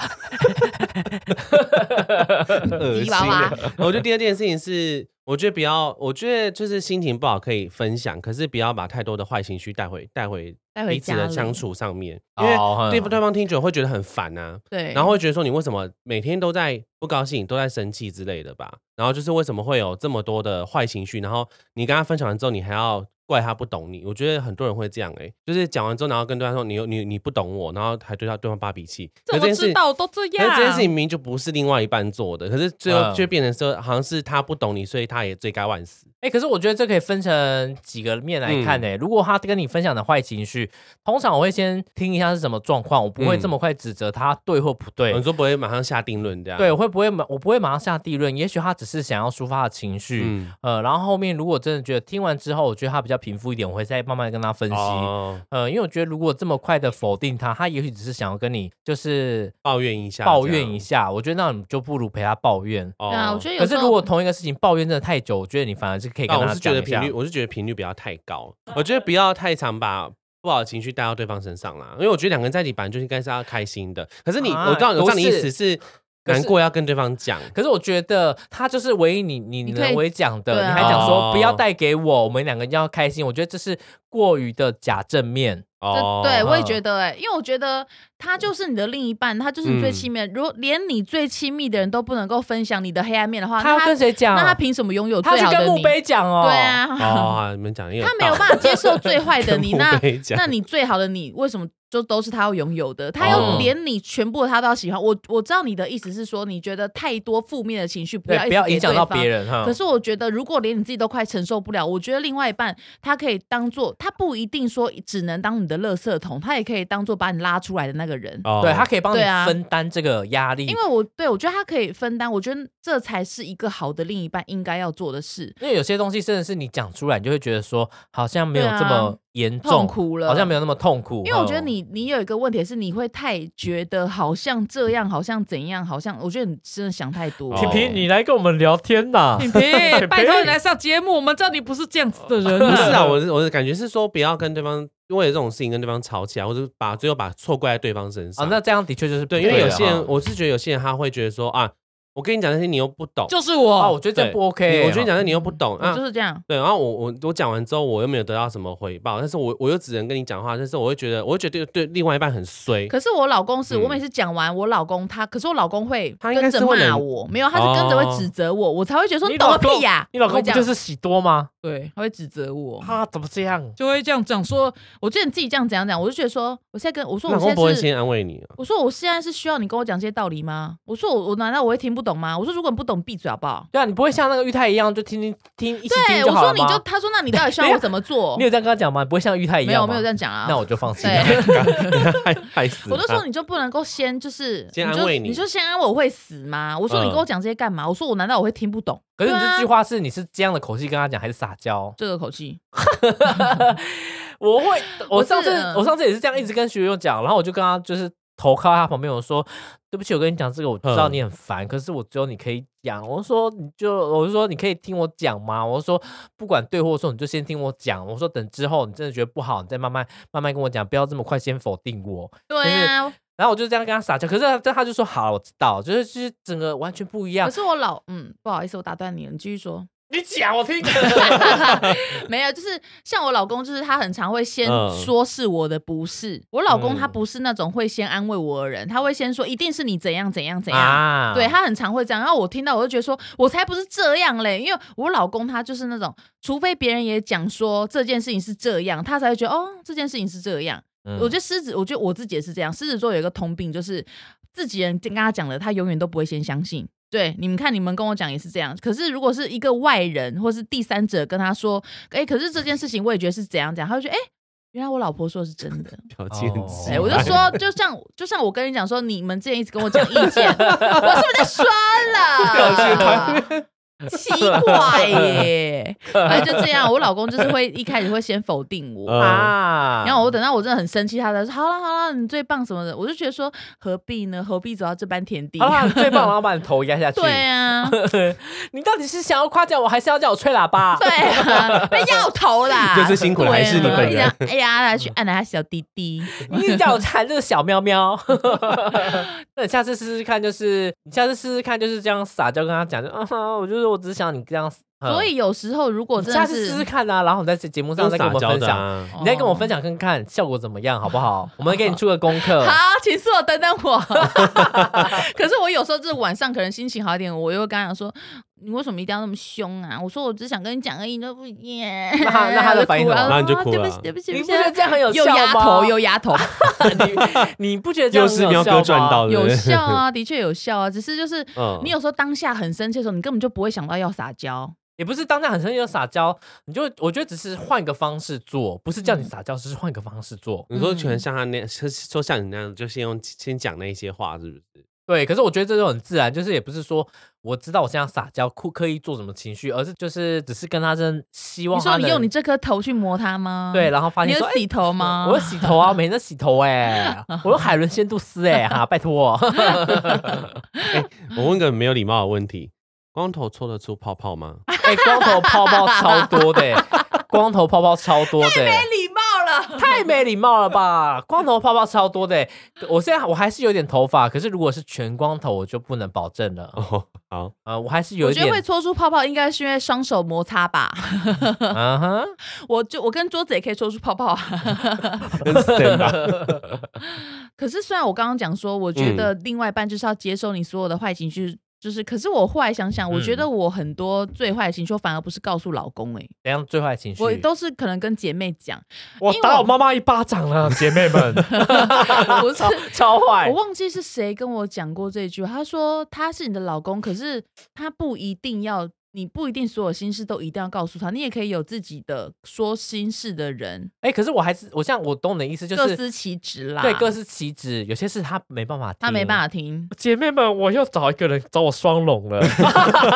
Speaker 1: 恶
Speaker 4: 吉
Speaker 1: 心
Speaker 4: 娃娃
Speaker 1: 了。 我觉得第二件事情是，我觉得不要，我觉得就是心情不好可以分享，可是不要把太多的坏情绪带回带回
Speaker 4: 带回
Speaker 1: 彼此
Speaker 4: 家
Speaker 1: 的
Speaker 4: 里
Speaker 1: 相处上面，因为
Speaker 5: 哦
Speaker 1: 对对方听久了会觉得很烦啊。
Speaker 4: 对，
Speaker 1: 然后会觉得说你为什么每天都在不高兴，都在生气之类的吧？然后就是为什么会有这么多的坏情绪？然后你跟他分享完之后，你还要怪他不懂你。我觉得很多人会这样哎、就是讲完之后，然后跟对方说你你你不懂我，然后还对他对方发脾气。可是这
Speaker 2: 怎么
Speaker 1: 件事
Speaker 2: 知道我都这
Speaker 1: 可是
Speaker 2: 样？
Speaker 1: 这件事情明明就不是另外一半做的，可是最后
Speaker 5: 嗯
Speaker 1: 却变成说好像是他不懂你，所以他也罪该万死。
Speaker 5: 哎、可是我觉得这可以分成几个面来看
Speaker 1: 嗯
Speaker 5: 呢、如果他跟你分享的坏情绪，通常我会先听一下是什么状况，我不会
Speaker 1: 嗯
Speaker 5: 这么快指责他对或不对。
Speaker 1: 你说不会马上下定论这样？
Speaker 5: 对，我会不会马我不会马上下定论，也许他只是想要抒发的情绪。
Speaker 1: 嗯，
Speaker 5: 呃，然后后面如果真的觉得听完之后，我觉得他比较平复一点，我会再慢慢跟他分析。
Speaker 1: 哦，
Speaker 5: 呃，因为我觉得如果这么快的否定他，他也许只是想要跟你就是
Speaker 1: 抱怨一下，
Speaker 5: 抱怨一
Speaker 1: 下。
Speaker 5: 下。我觉得那你就不如陪他抱怨。
Speaker 1: 哦
Speaker 4: 对啊，我觉得有
Speaker 5: 可
Speaker 4: 时
Speaker 5: 是
Speaker 4: 候
Speaker 5: 如果同一个事情抱怨真的太久，我觉得你反而是可以跟
Speaker 1: 啊，
Speaker 5: 他
Speaker 1: 我是觉
Speaker 5: 讲
Speaker 1: 得
Speaker 5: 一
Speaker 1: 频
Speaker 5: 下。
Speaker 1: 率，我是觉得频率不要太高，我觉得不要太常把不好的情绪带到对方身上啦，因为我觉得两个人在一起本来就应该是要开心的。可是你，
Speaker 5: 啊
Speaker 1: 我知道，我知道你
Speaker 5: 不
Speaker 1: 意
Speaker 5: 是
Speaker 1: 思是
Speaker 5: 可是
Speaker 1: 难过要跟对方讲，
Speaker 5: 可是我觉得他就是唯一你你
Speaker 4: 你可以
Speaker 5: 能唯讲的，
Speaker 4: 对
Speaker 5: 你
Speaker 4: 啊
Speaker 5: 还讲
Speaker 1: 哦
Speaker 5: 说不要带给我，我们两个要开心。我觉得这是过于的假正面。
Speaker 1: 哦，
Speaker 4: 这对，我也
Speaker 5: 嗯
Speaker 4: 觉得哎、因为我觉得他就是你的另一半，他就是你最亲
Speaker 5: 嗯
Speaker 4: 密的人。如果连你最亲密的人都不能够分享你的黑暗面的话，
Speaker 5: 他
Speaker 4: 那
Speaker 5: 要跟谁讲？
Speaker 4: 那他凭什么拥有
Speaker 5: 他
Speaker 4: 最
Speaker 5: 去
Speaker 4: 好的
Speaker 5: 跟
Speaker 4: 你？
Speaker 5: 墓碑讲哦。
Speaker 4: 对，啊，
Speaker 1: 哦，你们讲的也
Speaker 4: 他没有办法接受最坏的你，那那
Speaker 1: 那
Speaker 4: 你最好的你为什么就都是他要拥有的？他要
Speaker 1: 哦
Speaker 4: 连你全部的他都要喜欢。我我知道你的意思是说，你觉得太多负面的情绪不
Speaker 5: 对
Speaker 4: 要，
Speaker 5: 不要
Speaker 4: 一直给
Speaker 5: 影响
Speaker 4: 对
Speaker 5: 到
Speaker 4: 方
Speaker 5: 别人哈
Speaker 4: 可。是我觉得，如果连你自己都快承受不了，我觉得另外一半他可以当做，他不一定说只能当你的垃圾桶，他也可以当做把你拉出来的那个人。
Speaker 1: 哦
Speaker 5: 对他可以帮你
Speaker 4: 对啊
Speaker 5: 分担这个压力，
Speaker 4: 因为我对我觉得他可以分担，我觉得这才是一个好的另一半应该要做的事。
Speaker 5: 因为有些东西真的是你讲出来，你就会觉得说好像没有
Speaker 4: 对啊
Speaker 5: 这么严
Speaker 4: 痛
Speaker 5: 重，
Speaker 4: 苦了，
Speaker 5: 好像没有那么痛苦。
Speaker 4: 因为我觉得
Speaker 5: 嗯
Speaker 4: 你你有一个问题是，你会太觉得好像这样，好像怎样，好像我觉得你真的想太多。
Speaker 3: 皮皮，哦你来跟我们聊天呐？
Speaker 2: 品评，拜托你来上节目，我们知道你不是这样子的人。
Speaker 1: 不是 啊，我是我的感觉是说不要跟对方因为这种事情跟对方吵起来，或者把最后把错怪在对方身
Speaker 5: 啊
Speaker 1: 上。，
Speaker 5: 那这样的确就是
Speaker 1: 对，因为有些
Speaker 5: 的
Speaker 1: 人，
Speaker 5: 哈
Speaker 1: 我是觉得有些人他会觉得说啊，我跟你讲那些你又不懂，
Speaker 2: 就是
Speaker 5: 啊，
Speaker 3: 哦
Speaker 2: 我
Speaker 5: 我，觉得这不 OK，
Speaker 1: 你我觉得讲的你又不懂
Speaker 4: 我
Speaker 1: 啊
Speaker 4: 就，是这样，
Speaker 1: 对，然后我我我讲完之后，我又没有得到什么回报，但是我我又只能跟你讲话，但是我会觉得，我会觉得对对另外一半很衰，
Speaker 4: 可是我老公是、
Speaker 1: 嗯
Speaker 4: 我每次讲完，我老公他，可是我老公会
Speaker 1: 他应该
Speaker 4: 跟
Speaker 1: 是
Speaker 4: 着
Speaker 1: 会冷
Speaker 4: 骂我，没有，他是跟着会指
Speaker 5: 哦
Speaker 4: 责我，我才会觉得说懂个屁呀、
Speaker 3: 你老公
Speaker 4: 我会
Speaker 3: 不
Speaker 4: 这样
Speaker 3: 就是喜多吗？
Speaker 2: 对，
Speaker 4: 他会指责我。
Speaker 3: 啊，怎么这样？
Speaker 2: 就会这样讲说，
Speaker 4: 我觉得你自己这样怎样讲，我就觉得说，我现在跟我说
Speaker 1: 老
Speaker 4: 我
Speaker 1: 公
Speaker 4: 现
Speaker 1: 不会
Speaker 4: 在是，
Speaker 1: 先安慰你啊。
Speaker 4: 我说我现在是需要你跟我讲这些道理吗？我说我我难道我会听不
Speaker 2: 懂吗？我说如果你不懂，闭嘴好不好？
Speaker 5: 对啊，你不会像那个玉太一样，就听听听一起听
Speaker 2: 对，我
Speaker 5: 好
Speaker 2: 说
Speaker 5: 了
Speaker 2: 你
Speaker 5: 吗
Speaker 2: 就，他说那你 到底希望我怎么做
Speaker 5: 你？有这样跟他讲吗？你不会像玉太一
Speaker 2: 没有
Speaker 5: 样
Speaker 2: 没
Speaker 5: 吗
Speaker 2: 有这样讲啊，
Speaker 5: 那我就放弃了。
Speaker 2: 对，
Speaker 1: 害害死
Speaker 2: 我就
Speaker 1: 他
Speaker 2: 说你就不能够先就是
Speaker 1: 先
Speaker 2: 就
Speaker 1: 安慰
Speaker 2: 你，
Speaker 1: 你
Speaker 2: 就先安慰我会死吗？我说你
Speaker 1: 嗯
Speaker 2: 跟我讲这些干嘛？我说我难道我会听不懂？
Speaker 5: 可是你
Speaker 2: 对啊
Speaker 5: 这句话是你是这样的口气跟他讲，还是撒娇？
Speaker 2: 这个口 气，
Speaker 5: 我会，我
Speaker 2: 我是
Speaker 5: 上次
Speaker 2: 嗯
Speaker 5: 我上次也是这样一直跟学友讲，然后我就跟他就是投靠他旁边，我说对不起，我跟你讲这个，我知道
Speaker 1: 嗯
Speaker 5: 你很烦，可是我只有你可以讲。我说你就我就说你可以听我讲吗？我说不管对或错，你就先听我讲。我说等之后你真的觉得不好，你再慢慢慢慢跟我讲，不要这么快先否定我。
Speaker 2: 对呀、啊，
Speaker 5: 然后我就这样跟他撒娇，可是他但他就说好，我知道，就是就是整个完全不一样
Speaker 2: 可。是我老嗯，不好意思，我打断你了，你继续说。
Speaker 5: 你讲我听。
Speaker 2: 没有，就是像我老公，就是他很常会先
Speaker 1: 嗯
Speaker 2: 说是我的不是。我老公他
Speaker 1: 嗯
Speaker 2: 不是那种会先安慰我的人，他会先说一定是你怎样怎样怎样。
Speaker 5: 啊
Speaker 2: 对他很常会这样，然后我听到我就觉得说，我才不是这样嘞，因为我老公他就是那种，除非别人也讲说这件事情是这样，他才会觉得哦这件事情是这样。
Speaker 5: 嗯
Speaker 2: 我觉得狮子，我觉得我自己也是这样，狮子座有一个通病就是自己人跟他讲了，他永远都不会先相信。对，你们看，你们跟我讲也是这样。可是如果是一个外人或是第三者跟他说，哎、可是这件事情我也觉得是怎样怎样，他就觉得哎、诶原来我老婆说的是真的。
Speaker 1: 表情很
Speaker 5: 哦
Speaker 1: 奇
Speaker 2: 哎、
Speaker 1: 怪
Speaker 2: 我就说，就像就像我跟你讲说，你们之前一直跟我讲意见，我 是不是就说了？啊奇 怪耶，反正就这样。我老公就是会一开始会先否定 我，
Speaker 1: 嗯
Speaker 5: 啊
Speaker 2: 然后我等到我真的很生气，他才说好了好了，你最棒什么的，我就觉得说何必呢？何必走到这般田地？
Speaker 5: 好啦，最棒，然后把你头压下去。
Speaker 2: 对啊，
Speaker 5: 你到底是想要夸奖我，还是要叫我吹喇叭？
Speaker 2: 对 啊，被要头啦，
Speaker 1: 这次辛苦了
Speaker 2: 对啊
Speaker 1: 还是你本人。嗯
Speaker 2: 哎呀，来去按了他小弟弟，
Speaker 5: 你一直叫我缠这个小喵喵。 那你下次试试看，就是你下次试试看，就是这样撒娇跟他讲，就嗯哼，我就是我只是想你这样。 嗯
Speaker 2: 所以有时候哦如果
Speaker 5: 你
Speaker 2: 真
Speaker 5: 下
Speaker 2: 的
Speaker 5: 次试试
Speaker 2: 是，
Speaker 5: 看啊，然后你在节目上
Speaker 1: 用
Speaker 5: 再
Speaker 1: 撒
Speaker 5: 跟我们
Speaker 1: 娇
Speaker 5: 分
Speaker 1: 的
Speaker 5: 享，
Speaker 1: 啊，
Speaker 5: 你再
Speaker 2: 哦
Speaker 5: 跟我分享看看效果怎么样，好不 好？我们给你出个功 课。
Speaker 2: 好，请恕我等等我。可是我有时候就是晚上可能心情好一点，我又会跟他讲说。你为什么一定要那么凶啊？我说我只想跟你讲而已，你都不 耶。
Speaker 5: 那他那他的反应
Speaker 2: 我
Speaker 5: 怎么
Speaker 1: 那
Speaker 2: 就
Speaker 1: 你就
Speaker 2: 啊
Speaker 1: 哭
Speaker 2: 对不
Speaker 1: 了
Speaker 2: 起，对不起，
Speaker 5: 你
Speaker 2: 对
Speaker 5: 不
Speaker 2: 不
Speaker 5: 觉得
Speaker 2: 起，
Speaker 5: 这样很有
Speaker 2: 又
Speaker 5: 效吗？
Speaker 2: 压头，又压头。
Speaker 5: 你你不觉得这样
Speaker 1: 又
Speaker 5: 很
Speaker 1: 是
Speaker 5: 有
Speaker 1: 喵
Speaker 5: 效
Speaker 1: 哥
Speaker 5: 吗
Speaker 1: 赚到的，
Speaker 2: 啊有效啊，的确有效啊，只是就是
Speaker 1: 嗯
Speaker 2: 你有时候当下很生气的时候，你根本就不会想到要撒娇。
Speaker 5: 也不是当下很生气就撒娇，你就我觉得只是换个方式做，不是叫你
Speaker 2: 嗯
Speaker 5: 撒娇，只是换个方式做。
Speaker 1: 你说全像他那样，说说像你那样，就先用先讲那一些话，是不是？
Speaker 5: 对，可是我觉得这就很自然，就是也不是说我知道我现在撒娇故刻意做什么情绪，而是就是只是跟他真希望
Speaker 2: 你
Speaker 5: 哦
Speaker 2: 说
Speaker 5: 他
Speaker 2: 你
Speaker 5: 能
Speaker 2: 用你这颗头去磨它吗？
Speaker 5: 对，，然后发
Speaker 2: 你
Speaker 5: 现
Speaker 2: 有
Speaker 5: 说哎
Speaker 2: 洗头吗？
Speaker 5: 我有洗头啊，我每天都洗头哎、 我用海伦仙度丝哎、哈，拜托，
Speaker 1: 我问个没有礼貌的问题：光头搓得出泡泡吗？
Speaker 5: 哎、光头泡泡超多的、哎光头泡泡超多的、哎
Speaker 2: 礼貌了。
Speaker 5: 太没礼貌了吧！ 光头泡泡超多的欸、我现在我还是有点头发，可是如果是全光头，我就不能保证了。
Speaker 1: 哦，好，
Speaker 5: 呃，我还是有
Speaker 2: 我
Speaker 5: 一
Speaker 2: 觉得会
Speaker 5: 点，
Speaker 2: 搓出泡泡，应该是因为双手摩擦吧。
Speaker 5: 嗯哼，
Speaker 2: 我就我跟桌子也可以搓出泡泡啊。
Speaker 1: 那是真的。
Speaker 2: 可是虽然我刚刚讲说，我觉得另外一半就是要接受你所有的坏情绪，就是，可是我后来想想，我觉得我很多最坏的情绪，我反而不是告诉老公、欸，
Speaker 5: 怎样最坏情绪？
Speaker 2: 我都是可能跟姐妹讲，
Speaker 5: 我
Speaker 2: 因为
Speaker 5: 打
Speaker 2: 我
Speaker 5: 我妈妈一巴掌 了，姐妹们，
Speaker 2: 不是
Speaker 5: 超超坏
Speaker 2: 我。忘记是谁跟我讲过这句话，他说他是你的老公，可是他不一定要，你不一定所有心事都一定要告诉他，你也可以有自己的说心事的人，
Speaker 5: 哎、可是我还是我像我懂你的意思，就
Speaker 2: 各
Speaker 5: 是
Speaker 2: 司其职啦。
Speaker 5: 对各司其职，有些事他没办法，
Speaker 2: 他没办
Speaker 5: 法。
Speaker 2: 法听，
Speaker 5: 姐妹们，我又找一个人找我双龙 了，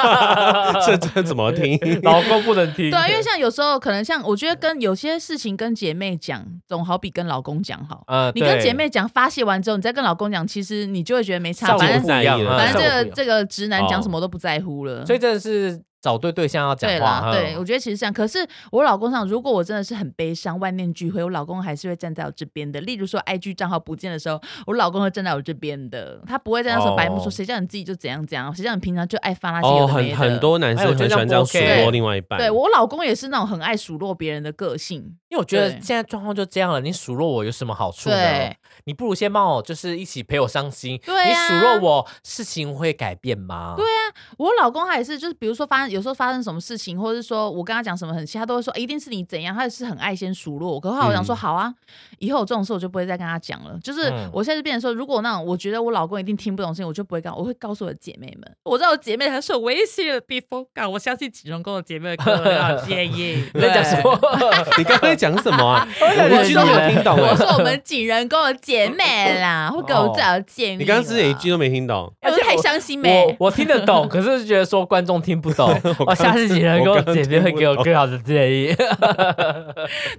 Speaker 1: 这这怎么听？
Speaker 5: 老公不能听。
Speaker 2: 对啊，因为像有时候可能像我
Speaker 5: 嗯
Speaker 2: 觉得跟有些事情跟姐妹讲，总好比跟老公讲好。
Speaker 5: 呃，
Speaker 2: 你跟
Speaker 5: 对
Speaker 2: 姐妹讲发泄完之后，你再跟老公讲，其实你就会觉得没差，
Speaker 5: 效果
Speaker 2: 反正
Speaker 1: 不
Speaker 5: 一样
Speaker 1: 反正
Speaker 5: 嗯效
Speaker 2: 反正这
Speaker 5: 果不一
Speaker 2: 个
Speaker 5: 样哦
Speaker 2: 这个直男讲什么都不在乎了。
Speaker 5: 所以真的是找对对象要讲
Speaker 2: 对
Speaker 5: 话。
Speaker 2: 啦，对，
Speaker 5: 嗯
Speaker 2: 我觉得其实这样。可是我老公上，如果我真的是很悲伤，万念俱灰，我老公还是会站在我这边的。例如说，IG 账号不见的时候，我老公会站在我这边的，他不会在那时候白目说、
Speaker 5: 哦
Speaker 2: 谁叫你自己就怎样怎样，谁叫你平常就爱发那些有
Speaker 1: 哦，
Speaker 2: 的
Speaker 1: 很
Speaker 2: 没的
Speaker 1: 很。多男
Speaker 5: 哎我
Speaker 1: 生
Speaker 5: 觉得
Speaker 1: 很喜欢
Speaker 5: 这样
Speaker 1: 这样数
Speaker 5: 不 OK
Speaker 1: 落另外一半。
Speaker 2: 对我老公也是那种很爱数落别人的个性，
Speaker 5: 因为我觉得
Speaker 2: 对
Speaker 5: 现在状况就这样了，你数落我有什么好处呢
Speaker 2: 对？
Speaker 5: 你不如先帮我，就是一起陪我伤心。
Speaker 2: 对啊
Speaker 5: 你数落我，事情会改变吗？对啊，
Speaker 2: 我老公他也是，就是比如说发生有时候发生什么事情，或者是说我跟他讲什么很气，他都会说、欸一定是你怎样，他也是很爱先数落我。可后来我想
Speaker 4: 嗯
Speaker 2: 说，好啊，以后有这种事我就不会再跟他讲了。就是
Speaker 5: 嗯
Speaker 2: 我现在就变成说，如果那种我觉得我老公一定听不懂的事情，我就不会告，我会告诉我的姐妹们。我知道我姐妹很受威胁的地方，啊，我相信锦荣跟我姐妹可能要 建议。
Speaker 5: 你在讲什么？
Speaker 1: 你刚才讲什么啊？
Speaker 4: 想
Speaker 1: 我一句都没有听懂
Speaker 2: 我
Speaker 1: 哎，
Speaker 2: 说我们景人跟我姐妹啦，会给我最好的建议 啦。
Speaker 1: 你刚刚是一句都没听懂。
Speaker 2: 哎，我太伤心
Speaker 5: 我
Speaker 2: 没？
Speaker 5: 我听得懂，可是觉得说观众听不懂。我下次几人跟我姐妹会给我更好的建议。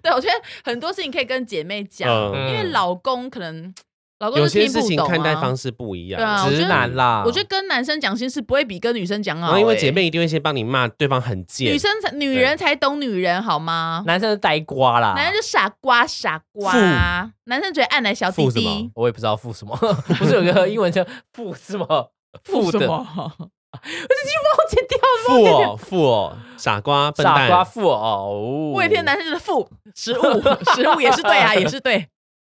Speaker 2: 对，我觉得很多事情可以跟姐妹讲，
Speaker 1: 嗯，
Speaker 2: 因为老公可能老公
Speaker 1: 有
Speaker 2: 是听
Speaker 1: 些
Speaker 2: 不
Speaker 1: 事情
Speaker 2: 懂啊
Speaker 1: 看待方式不一
Speaker 2: 对
Speaker 1: 样。
Speaker 2: 啊我觉
Speaker 5: 直
Speaker 2: 得
Speaker 5: 男啦，
Speaker 2: 我觉得跟男生讲心事不会比跟女生讲
Speaker 1: 然
Speaker 2: 好、
Speaker 1: 后
Speaker 2: 欸，
Speaker 1: 因为姐妹一定会先帮你骂对方很贱
Speaker 2: 女，生才女人才懂女人好吗？
Speaker 5: 男生是呆瓜啦。
Speaker 2: 男人就傻瓜傻瓜，男生觉得按奶小弟
Speaker 1: 富什么
Speaker 2: 弟
Speaker 5: 我也不知道付什么，不是有个英文叫付什么？付
Speaker 2: 什
Speaker 5: 的
Speaker 2: 么？
Speaker 5: 剪掉
Speaker 1: 富哦富哦，傻瓜笨
Speaker 5: 傻
Speaker 1: 蛋，
Speaker 5: 瓜付哦。
Speaker 2: 我也骗男生就是富食物，食物也是对啊，也是对，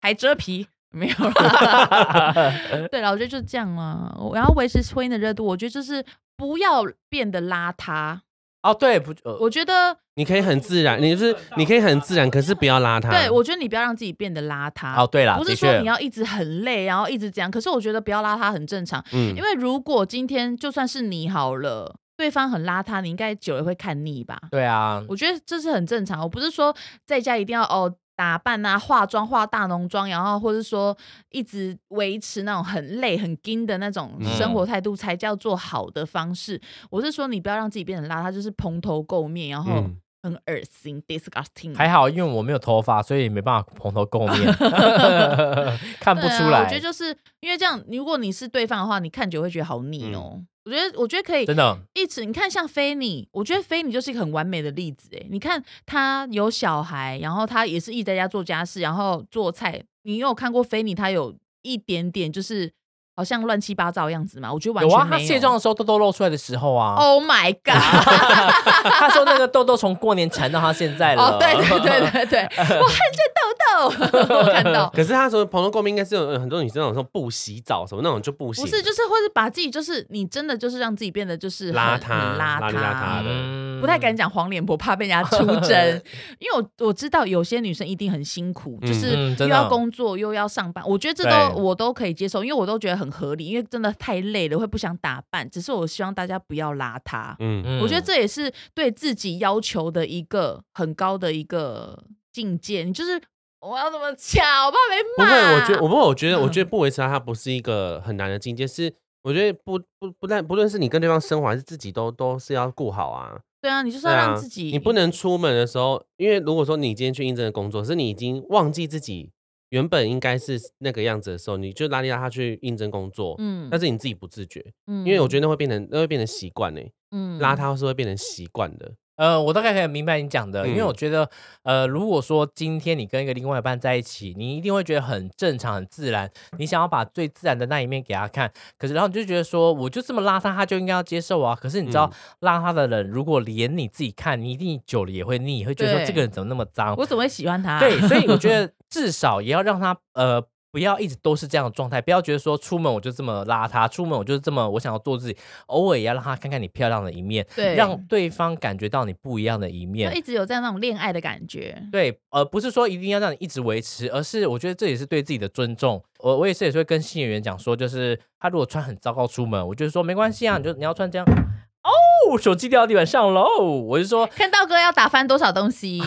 Speaker 2: 还遮皮。没有啦，对了，我觉得就是这样啦。我要维持婚姻的热度，我觉得就是不要变得邋遢。
Speaker 5: 哦，对，不，呃
Speaker 2: 我觉得
Speaker 1: 你可以很自然，你就是你可以很自然，可是不要邋遢。
Speaker 2: 对，我觉得你不要让自己变得邋
Speaker 5: 哦，
Speaker 2: 遢，
Speaker 5: 对啦，
Speaker 2: 啊不是
Speaker 5: 的
Speaker 2: 说
Speaker 5: 确
Speaker 2: 你要一直很累，然后一直这样。可是我觉得不要邋遢很正常，
Speaker 1: 嗯
Speaker 2: 因为如果今天就算是你好了，对方很邋遢，你应该久了会看腻吧？
Speaker 5: 对啊，
Speaker 2: 我觉得这是很正常。我不是说在家一定要哦打扮啊、化妆、化大浓妆，然后或者说一直维持那种很累、很硬的那种
Speaker 1: 嗯
Speaker 2: 生活态度才叫做好的方式。我是说，你不要让自己变成邋遢，就是蓬头垢面，然后
Speaker 1: 嗯
Speaker 2: 很恶心、disgusting。
Speaker 5: 还好，因为我没有头发，所以没办法蓬头垢 面，看不
Speaker 2: 对
Speaker 5: 出
Speaker 2: 啊，
Speaker 5: 来。
Speaker 2: 我觉得就是因为这样，如果你是对方的话，你看久会觉得好
Speaker 5: 嗯
Speaker 2: 腻哦。我觉得，我觉得可以
Speaker 5: 真的，
Speaker 2: 一直你看像菲尼，我觉得菲尼就是一个很完美的例子哎。你看她有小孩，然后她也是一直在家做家事，然后做菜。你有看过菲尼？她有一点点就是好像乱七八糟的样子嘛？我觉得完
Speaker 5: 有
Speaker 2: 全
Speaker 5: 啊，
Speaker 2: 没
Speaker 5: 他
Speaker 2: 有
Speaker 5: 卸妆的时候痘痘露出来的时候啊，
Speaker 2: ，Oh my god！
Speaker 5: 他说那个痘痘从过年缠到他现在了。
Speaker 2: 哦，对对对对 对，我恨这痘痘，我看到。
Speaker 1: 可是他说朋友共鸣应该是有很多女生那种说不洗澡什么那种就不行，
Speaker 2: 不是，就是或是把自己，就是你真的就是让自己变得就是很
Speaker 1: 邋遢
Speaker 2: 很邋
Speaker 1: 邋里邋遢的
Speaker 5: 嗯
Speaker 2: 不太敢讲黄脸婆，怕被人家出 征。因为我我知道有些女生一定很辛苦，
Speaker 1: 嗯
Speaker 2: 就是
Speaker 5: 嗯
Speaker 2: 又
Speaker 5: 真的
Speaker 2: 要工作又要上班，我觉得这都
Speaker 5: 对
Speaker 2: 我都可以接受，因为我都觉得很合理，因为真的太累了，会不想打扮。只是我希望大家不要邋遢，
Speaker 1: 嗯，
Speaker 5: 嗯
Speaker 2: 我觉得这也是对自己要求的一个很高的一个境界。你就是我要怎么讲，我怕
Speaker 1: 不
Speaker 2: 被
Speaker 1: 会，
Speaker 2: 骂。
Speaker 1: 我觉得我不，我觉得
Speaker 2: 嗯
Speaker 1: 我觉得不维持它，它不是一个很难的境界，是我觉得不不不但不论是你跟对方生活还是自己都都是要顾好啊。
Speaker 2: 对啊，你就是
Speaker 1: 对
Speaker 2: 要
Speaker 1: 啊，
Speaker 2: 让自己，
Speaker 1: 你不能出门的时候，因为如果说你今天去应征的工作，是你已经忘记自己原本应该是那个样子的时候，你就拉里拉他去应征工作，
Speaker 2: 嗯
Speaker 1: 但是你自己不自觉，
Speaker 2: 嗯
Speaker 1: 因为我觉得那会变成那会变成习惯呢，
Speaker 2: 嗯
Speaker 1: 邋遢是会变成习惯的，
Speaker 5: 呃，我大概可以明白你讲的，因为
Speaker 1: 嗯
Speaker 5: 我觉得，呃，如果说今天你跟一个另外一半在一起，你一定会觉得很正常、很自然，你想要把最自然的那一面给他看，可是然后你就觉得说，我就这么邋遢，他就应该要接受啊。可是你知道，邋遢的人如果连你自己看，你一定久了也会腻，会觉得说
Speaker 2: 对
Speaker 5: 这个人怎么那么脏？
Speaker 2: 我怎么会喜欢他、
Speaker 5: 对，所以我 觉得至少也要让他呃。不要一直都是这样的状态，不要觉得说出门我就这么邋遢，出门我就是这么我想要做自己，偶尔也要让他看看你漂亮的一面，
Speaker 2: 对，
Speaker 5: 让对方感觉到你不一样的一
Speaker 2: 就
Speaker 5: 面。
Speaker 2: 一直有在那种恋爱的感觉。
Speaker 5: 对，呃，不是说一定要让你一直维持，而是我觉得这也是对自己的尊重。我我也是也是会跟新演员讲说，就是他如果穿很糟糕出门，我就说没关系啊，你就你要穿这样。哦，手机掉到地板上喽！我就说，
Speaker 2: 看道哥要打翻多少东 西？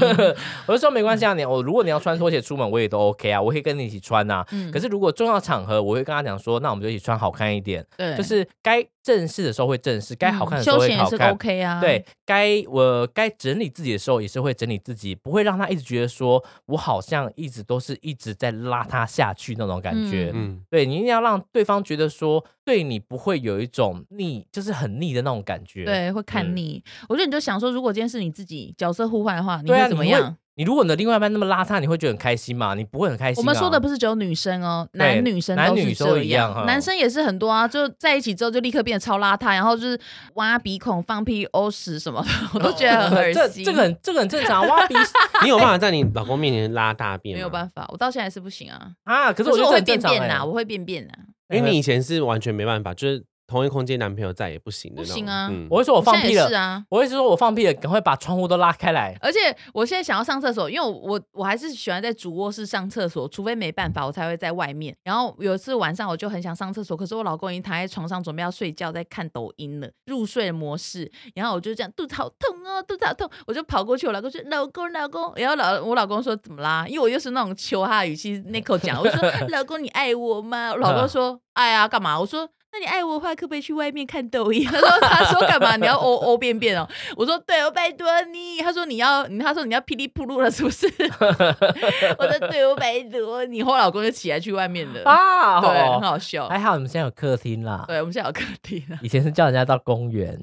Speaker 5: 我就说没关系啊，你我如果你要穿拖鞋出门，我也都 OK 啊，我可以跟你一起穿呐、
Speaker 2: 嗯
Speaker 5: 可是如果重要场合，我会跟他讲说，那我们就一起穿好看一点，
Speaker 2: 对，嗯
Speaker 5: 就是该正式的时候会正式，该好看的时候
Speaker 2: 休
Speaker 5: 会
Speaker 2: 闲也
Speaker 5: 好
Speaker 2: 是
Speaker 5: 看。
Speaker 2: OK 啊。
Speaker 5: 对，该我、该整理自己的时候，也是会整理自己，不会让他一直觉得说我好像一直都是一直在拉他下去那种感觉。
Speaker 2: 嗯
Speaker 1: 嗯。
Speaker 5: 对你一定要让对方觉得说对你不会有一种腻，就是很腻的那种感觉。，
Speaker 2: 对，会看
Speaker 5: 嗯
Speaker 2: 腻。我觉得你就想说，如果今天是你自己角色互换的话，你
Speaker 5: 对啊
Speaker 2: 会怎么
Speaker 5: 你会
Speaker 2: 样？
Speaker 5: 你如果你的另外一半那么邋遢，你会觉得很开心吗？你不会很开心、啊。
Speaker 2: 我们说的不是只有女生哦，男
Speaker 5: 对
Speaker 2: 女生
Speaker 5: 男
Speaker 2: 都是
Speaker 5: 女
Speaker 2: 这
Speaker 5: 都一样哈
Speaker 2: 男生也是很多啊，就在一起之后就立刻变得超邋遢，然后就是挖鼻孔、放屁、欧屎什么的，我都觉得很恶
Speaker 5: 哦 这
Speaker 2: 心。
Speaker 5: 这个很这个很正常，挖鼻 屎
Speaker 1: 你有办法在你老公面前拉大便吗？
Speaker 2: 没有办法，我到现在还是不行啊。
Speaker 5: 啊！可
Speaker 2: 可
Speaker 5: 是我觉
Speaker 2: 我
Speaker 5: 得
Speaker 2: 会啊
Speaker 5: 很正
Speaker 2: 便
Speaker 5: 常、
Speaker 2: 便呐，
Speaker 5: 欸。
Speaker 2: 我会便便呐。
Speaker 1: 因为你以前是完全没办法，就是同一空间男朋友在也不行的那种。
Speaker 2: 不行啊
Speaker 1: 嗯
Speaker 5: 我会说我哦放
Speaker 2: 现在
Speaker 5: 屁
Speaker 2: 也
Speaker 5: 了
Speaker 2: 是，啊。
Speaker 5: 我会说我放屁了，赶快把窗户都拉开来。
Speaker 2: 而且我现在想要上厕所，因为我我还是喜欢在主卧室上厕所，除非没办法，我才会在外面。然后有一次晚上我就很想上厕所，可是我老公已经躺在床上准备要睡觉，在看抖音了，入睡的模式。然后我就这样肚子好痛哦，肚子好痛，我就跑过去，我老公说老公老公，然后老我老公说怎么啦？因为我又是那种求他的语气那口讲，我就说老公你爱我吗？我老公说爱啊，干嘛？我说。那你爱我的话，可不可以去外面看抖音？他 说：“他说干嘛？你要欧欧便便哦？”我说对，我拜托你。他说你要，他说你要噼里扑噜了，是不是？ 我说对，我拜托你。后来老公就起来去外面了，
Speaker 5: 啊，
Speaker 2: 对，很
Speaker 5: 哦
Speaker 2: 好笑。
Speaker 5: 还好你们现在有客厅啦。
Speaker 2: 对，我们现在有客厅啊了。
Speaker 5: 以前是叫人家到公园，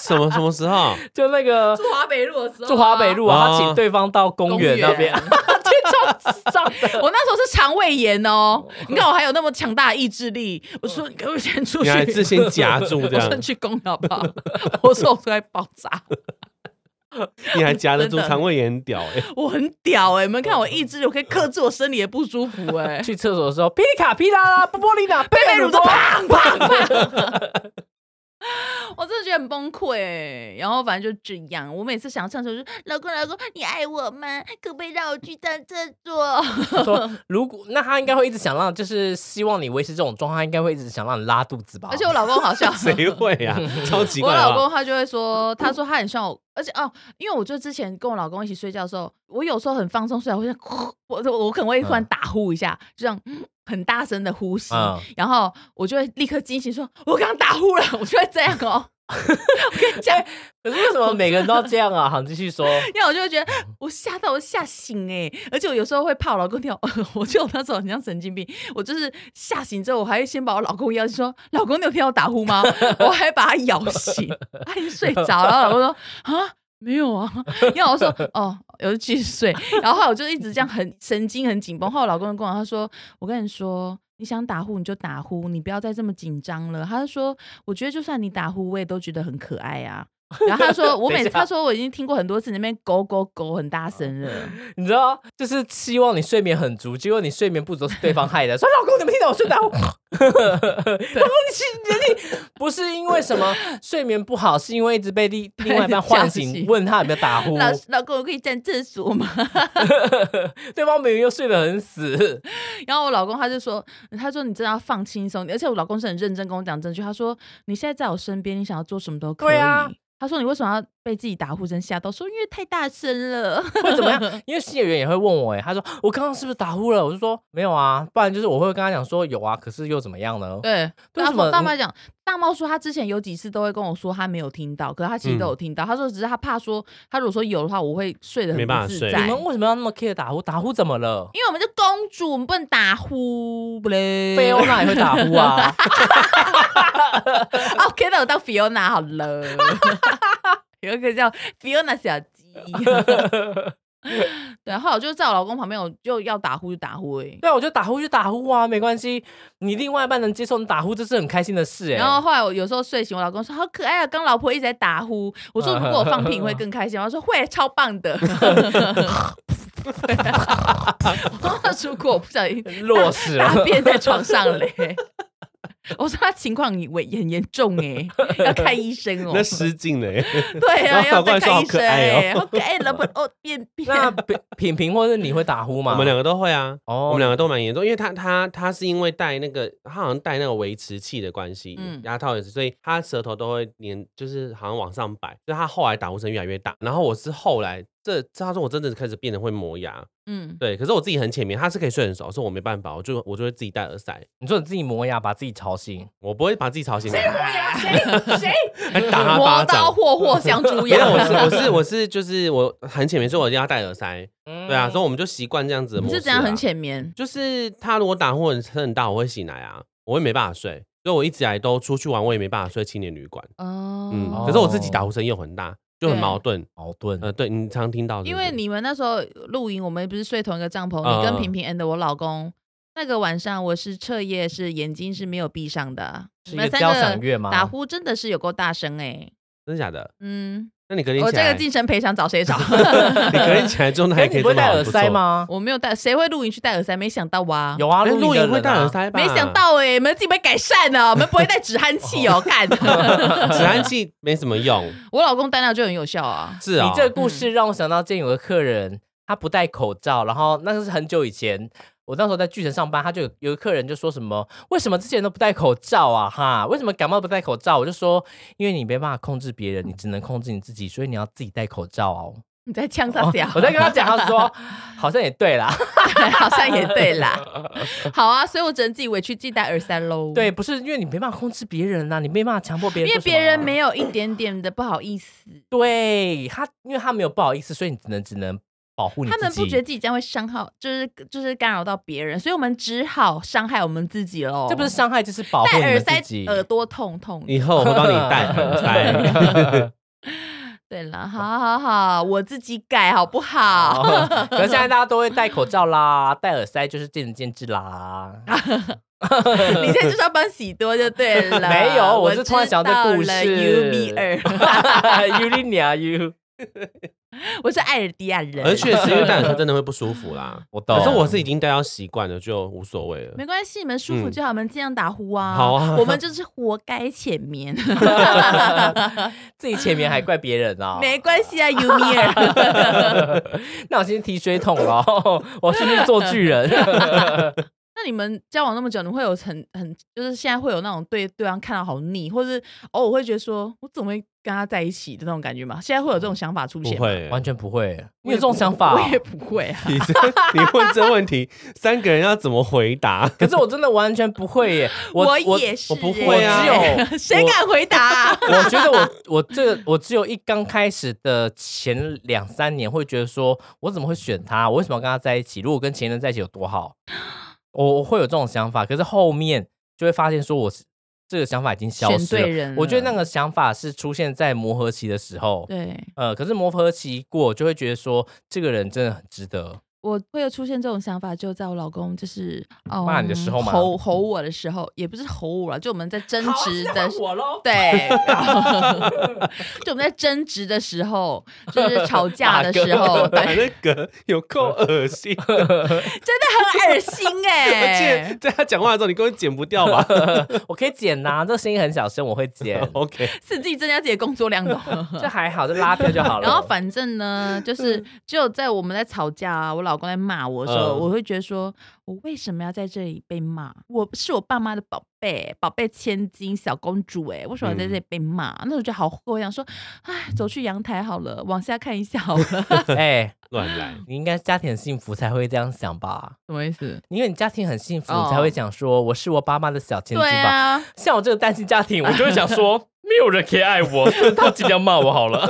Speaker 1: 什么什么时候？
Speaker 5: 就那个
Speaker 2: 住华北路的时候啊，
Speaker 5: 住华北路啊，
Speaker 1: 哦
Speaker 5: 他请对方到公园那边，这超上的。
Speaker 2: 我那时候是肠胃炎哦，你看我还有那么强大的意志力，
Speaker 1: 哦
Speaker 2: 我说你给我先出
Speaker 1: 你
Speaker 2: 去，
Speaker 1: 还自先夹住这
Speaker 2: 我
Speaker 1: 样
Speaker 2: 说，你去公园好不 好？我说我出来爆炸，
Speaker 1: 你还夹得住
Speaker 2: 真的
Speaker 1: 肠胃炎屌 哎、
Speaker 2: 我很屌哎、你们看我意志力，我可以克制我身体的不舒服哎、
Speaker 5: 去厕所的时候，皮里卡皮啦啦，波波琳娜， 贝
Speaker 2: 被
Speaker 5: 贝
Speaker 2: 乳
Speaker 5: 乳
Speaker 2: 都
Speaker 5: 多。
Speaker 2: 砰砰砰！ 我真的觉得很崩溃、然后反正就这样，我每次想上厕所就老公老公，你爱我吗？可不可以让我去上厕所？
Speaker 5: 说如果那他应该会一直想让，就是希望你维持这种状态，应该会一直想让你拉肚子吧。
Speaker 2: 而且我老公好笑，
Speaker 1: 谁会啊？超奇
Speaker 2: 我
Speaker 1: 怪
Speaker 2: 老
Speaker 1: 啊！
Speaker 2: 公他就会说，他说他很像我，而且哦，因为我就之前跟我老公一起睡觉的时候，我有时候很放松睡觉，我就我我可能会突然嗯打呼一下，就这样嗯很大声的呼 吸，
Speaker 5: 嗯
Speaker 2: 然后我就会立刻惊醒说，我刚打呼了，我就会这样哦。 我跟你讲，
Speaker 5: 可是为什么每个人都要这样啊？好，你继续说。
Speaker 2: 因为我就会觉得我吓到我吓醒哎、而且我有时候会怕我老公听到，我就我那时候很像神经病，我就是吓醒之后，我还会先把我老公邀说：“老公，你有听到我打呼吗？”我还把他摇醒，他已经睡着了。然后老公说：“啊。”没有啊，然后我说哦，我就继续睡。然后后来我就一直这样很神经很紧绷。后来我老公就跟我他说，我跟你说，你想打呼你就打呼，你不要再这么紧张了。他就说，我觉得就算你打呼，我也都觉得很可爱啊。然后他说，我每次
Speaker 5: 等一下
Speaker 2: 他说我已经听过很多次，你那边狗狗狗很大声了。
Speaker 5: 你知道，就是希望你睡眠很足，结果你睡眠不足都是对方害的。说老公，你们听到我 睡着？老公，你是你不是因为什么睡眠不好，是因为一直被另另外 一半唤
Speaker 2: 吓
Speaker 5: 醒，
Speaker 2: 醒
Speaker 5: 问他有没有打呼。
Speaker 2: 老老公，我可以站厕所吗？
Speaker 5: 对方明明又睡得很死，
Speaker 2: 然后我老公他就说，他说你真的要放轻松，而且我老公是很认真跟我讲这句，他说你现在在我身边，你想要做什么都可以。
Speaker 5: 对啊
Speaker 2: 他说你为什么要被自己打呼声吓到？说因为太大声了。
Speaker 5: 会怎么样？ 因为新演员也会问我、欸，哎，他说我刚刚是不是打呼了？我就说没有啊，不然就是我会跟他讲说有啊，可是又怎么样呢？
Speaker 2: 对，
Speaker 5: 为
Speaker 2: 然
Speaker 5: 什么
Speaker 2: 后大猫讲，大猫说他之前有几次都会跟我说他没有听到，可是他其实
Speaker 5: 嗯
Speaker 2: 都有听到。他说只是他怕说，他如果说有的话，我会睡得
Speaker 1: 没
Speaker 2: 很
Speaker 1: 办法
Speaker 2: 不自
Speaker 1: 睡
Speaker 2: 在
Speaker 5: 你。们为什么要那么 care 打呼？打呼怎么了？
Speaker 2: 因为我们是公主，我们不能打呼不嘞。
Speaker 5: 菲欧娜也会打呼啊。
Speaker 2: OK，那我当 Fiona 好了。 有一个叫 Fiona 小鸡。 对，后来我就在我老公旁边，我就要打呼就打呼而已。
Speaker 5: 对啊，我就打呼就打呼啊，没关系。你另外一半能接受你打呼，这是很开心的事哎、
Speaker 2: 然后后来我有时候睡醒，我老公说好可爱啊，刚老婆一直在打呼。我说如果我放屁你会更开心吗，他说会，超棒的。 我说如果我不小心
Speaker 5: 落实
Speaker 2: 大
Speaker 5: 了。
Speaker 2: 便在床上嘞， 我说他情况很很严重哎，要看医生 哦。
Speaker 1: 那失禁了、欸，
Speaker 2: 对
Speaker 1: 然
Speaker 2: 啊，
Speaker 1: 后
Speaker 2: 要
Speaker 1: 反过来
Speaker 2: 再
Speaker 1: 说
Speaker 2: 看
Speaker 1: 好
Speaker 2: 医
Speaker 1: 可
Speaker 2: 生
Speaker 1: 爱哦
Speaker 2: 哎，好可爱，老婆哦 便便。
Speaker 5: 那品品评或者你会打呼吗？
Speaker 1: 我们两个都会啊。
Speaker 5: 哦，
Speaker 1: 我们两个都蛮严重，因为他他他是因为戴那个，他好像戴那个维持器的关系，
Speaker 2: 嗯
Speaker 1: 牙套也是，所以他舌头都会连，就是好像往上摆，所以他后来打呼声越来越大。然后我是后来这这他说我真的开始变得会磨牙，
Speaker 2: 嗯，
Speaker 1: 对，可是我自己很浅眠，他是可以睡很熟，是我没办法，我就我就会自己戴耳塞，
Speaker 5: 你说你自己磨牙把自己吵醒，
Speaker 1: 我不会把自己吵醒来，
Speaker 2: 谁谁
Speaker 1: 还打他
Speaker 2: 磨
Speaker 1: 巴
Speaker 2: 刀
Speaker 1: 掌。
Speaker 2: 霍霍 向猪
Speaker 1: 没有，
Speaker 2: 羊？
Speaker 1: 我是
Speaker 5: 啊
Speaker 1: 我是我是就是我很浅眠，所以我一定要戴耳塞，
Speaker 5: 对
Speaker 1: 对
Speaker 2: 嗯
Speaker 1: 啊，所以我们就习惯这样子的
Speaker 2: 你
Speaker 1: 模式、啊。
Speaker 2: 是怎样很浅眠？
Speaker 1: 就是他如果打呼很很大，我会醒来啊，我会没办法睡，所以我一直以来都出去玩，我也没办法睡青年旅馆。
Speaker 2: 哦，
Speaker 1: 嗯，
Speaker 5: 哦
Speaker 1: 可是我自己打呼声又很大，就很
Speaker 2: 对
Speaker 1: 矛盾。
Speaker 5: 矛盾。
Speaker 1: 呃，对你常听到是
Speaker 2: 因
Speaker 1: 不是，
Speaker 2: 为你们那时候露营，我们不是睡同一个帐篷，
Speaker 1: 嗯嗯
Speaker 2: 你跟平平 and 我老公。那个晚上，我是彻夜是眼睛是没有闭上的，
Speaker 5: 是
Speaker 2: 你
Speaker 5: 一个
Speaker 2: 们
Speaker 5: 交响
Speaker 2: 三
Speaker 5: 乐吗
Speaker 2: 打呼真的是有够大声哎、
Speaker 1: 真的假的？
Speaker 2: 嗯，
Speaker 1: 那你隔天
Speaker 2: 我
Speaker 1: 起
Speaker 2: 这个
Speaker 1: 来，
Speaker 2: 精神赔偿找 谁找？
Speaker 1: 你隔天起来之后，那还
Speaker 5: 哎，
Speaker 1: 可以
Speaker 5: 你
Speaker 1: 这
Speaker 5: 不
Speaker 1: 么
Speaker 5: 会戴
Speaker 1: 好
Speaker 5: 耳塞？吗？
Speaker 2: 我没有戴，谁会露营去戴耳塞？没想到哇、
Speaker 5: 有啊，
Speaker 1: 不错哎
Speaker 5: 露
Speaker 1: 露
Speaker 5: 营的
Speaker 1: 营会
Speaker 5: 人
Speaker 1: 戴
Speaker 5: 啊
Speaker 1: 耳，塞吧？
Speaker 2: 没想，到哎、你们自己没改善啊呢、我们不会带止汗 器哦，干！
Speaker 1: 止汗剂没什么用，
Speaker 2: 我老公戴那就很有效啊。
Speaker 1: 是啊、
Speaker 5: 你这个故事让我想到，之前有个客人，他不戴口罩，然后那个是很久以前，我那时候在巨城上班，他就有有个客人就说什么，为什么这些人都不戴口罩啊？哈，为什么感冒不戴口罩？我就说，因为你没办法控制别人，你只能控制你自己，所以你要自己戴口罩哦。
Speaker 2: 你在呛啥小、
Speaker 5: 哦我在跟他讲，他 说好像也对啦，
Speaker 2: 好像也对啦。好啊，所以我只能自己委屈自己戴耳塞喽。
Speaker 5: 对，，不是因为你没办法控制别人呐、你没办法强迫别人做
Speaker 2: 因为
Speaker 5: 什么啊，嗯
Speaker 2: 别人没有一点点的不好意思，
Speaker 5: 对他，因为他没有不好意思，所以你只能只能保护你
Speaker 2: 他们
Speaker 5: 自
Speaker 2: 不
Speaker 5: 己
Speaker 2: 觉得自己这样会伤害，就是就是干扰到别人，所以我们只好伤害我们自己喽。
Speaker 5: 这不是伤害，就是保护
Speaker 2: 戴
Speaker 5: 你
Speaker 2: 耳
Speaker 5: 们自
Speaker 2: 塞
Speaker 5: 己，。
Speaker 2: 耳朵痛痛的。
Speaker 1: 以后我会帮你 戴耳塞。
Speaker 2: 对了，好好好，我自己改好不好？
Speaker 5: 哦，可是现在大家都会戴口罩啦， 戴耳塞就是见仁见智 啦。
Speaker 2: 你现在就是要帮喜多就对了。
Speaker 5: 没有我
Speaker 2: 我
Speaker 5: 是突然想到这故事
Speaker 2: U B 二，
Speaker 5: 尤利尼亚 U，
Speaker 2: 我是艾尔迪亚人。
Speaker 1: 而且实因为戴耳塞真的会不舒服啦。
Speaker 5: 我懂。
Speaker 1: 可是我是已经戴到习惯了，就无所谓了
Speaker 2: 没。关系，你们舒
Speaker 5: 嗯
Speaker 2: 服就好，我们尽量打呼啊。
Speaker 1: 好啊
Speaker 2: 我们就是活该 浅眠，
Speaker 5: 自己前面还怪别人啊。
Speaker 2: 没关系啊，尤米尔。
Speaker 5: 那我先提水桶了哦， 我顺便做巨 人。
Speaker 2: 那你们交往那么久，你们会有很很，就是现在会有那种对对方看到好腻，或是偶尔会觉得说，我怎么会跟他在一起的那种感觉吗？现哦在会有这种想法出
Speaker 1: 不
Speaker 2: 现吗？
Speaker 1: 会，
Speaker 5: 完全不会，你有这种想法哦
Speaker 2: 我？也不会啊。
Speaker 1: 你这 你问这问题，三个人要怎么回答？
Speaker 5: 可是我真的完全不会耶，我
Speaker 2: 我也是
Speaker 5: 我不
Speaker 2: 欸
Speaker 5: 会啊，我只有
Speaker 2: 谁
Speaker 5: 我
Speaker 2: 敢回答啊？
Speaker 5: 我觉得我我这个我只有一刚开始的前两三年会觉得说，我怎么会选他？我为什么要跟他在一起？如果跟前任在一起有多好？我我会有这种想法，可是后面就会发现说我是这个想法已经消
Speaker 2: 选
Speaker 5: 失
Speaker 2: 对
Speaker 5: 了。
Speaker 2: 人了，
Speaker 5: 我觉得那个想法是出现在磨合期的时候，
Speaker 2: 对。
Speaker 5: 呃，可是磨合期过就会觉得说这个人真的很值得。
Speaker 2: 我会有出现这种想法，就在我老公就是、嗯、
Speaker 5: 骂你的时候吗
Speaker 2: 吼吼我的时候，也不是吼我了，就我们在争执 的时，
Speaker 5: 我喽，
Speaker 2: 对，就我们在争执的时候，就是吵架的 时候，对，
Speaker 1: 打那个有够恶 心，
Speaker 2: 真的很恶 心
Speaker 1: 而
Speaker 2: 哎、
Speaker 1: 且在他讲话的时候，你根本剪不掉吧
Speaker 5: 我可以剪呐、这个声音很小声，我会剪，
Speaker 1: ？OK，
Speaker 2: 是自己增加自己的工作量的 哦。
Speaker 5: 这还好，这拉票就好了。
Speaker 2: 然后反正呢，就是只有在我们在吵架啊，我老公在骂我的时候，
Speaker 1: 嗯
Speaker 2: 我会觉得说，我为什么要在这里被骂？我是我爸妈的宝贝，宝贝千金小公主、欸，哎，为什么要在这里被骂？那时候就好后悔，我想说，哎，走去阳台好了，往下看一下好了。 什
Speaker 5: 哎、
Speaker 1: 乱来，
Speaker 5: 你应该家庭很幸福才会这样想吧？
Speaker 2: 么意思？
Speaker 5: 因为你家庭很幸福，
Speaker 2: 哦
Speaker 5: 才会讲说我是我爸妈的小千金
Speaker 2: 对
Speaker 5: 吧。
Speaker 2: 啊，
Speaker 5: 像我这个单亲家庭，我就会想 说，没有人可以爱我，所以他尽量骂我好了。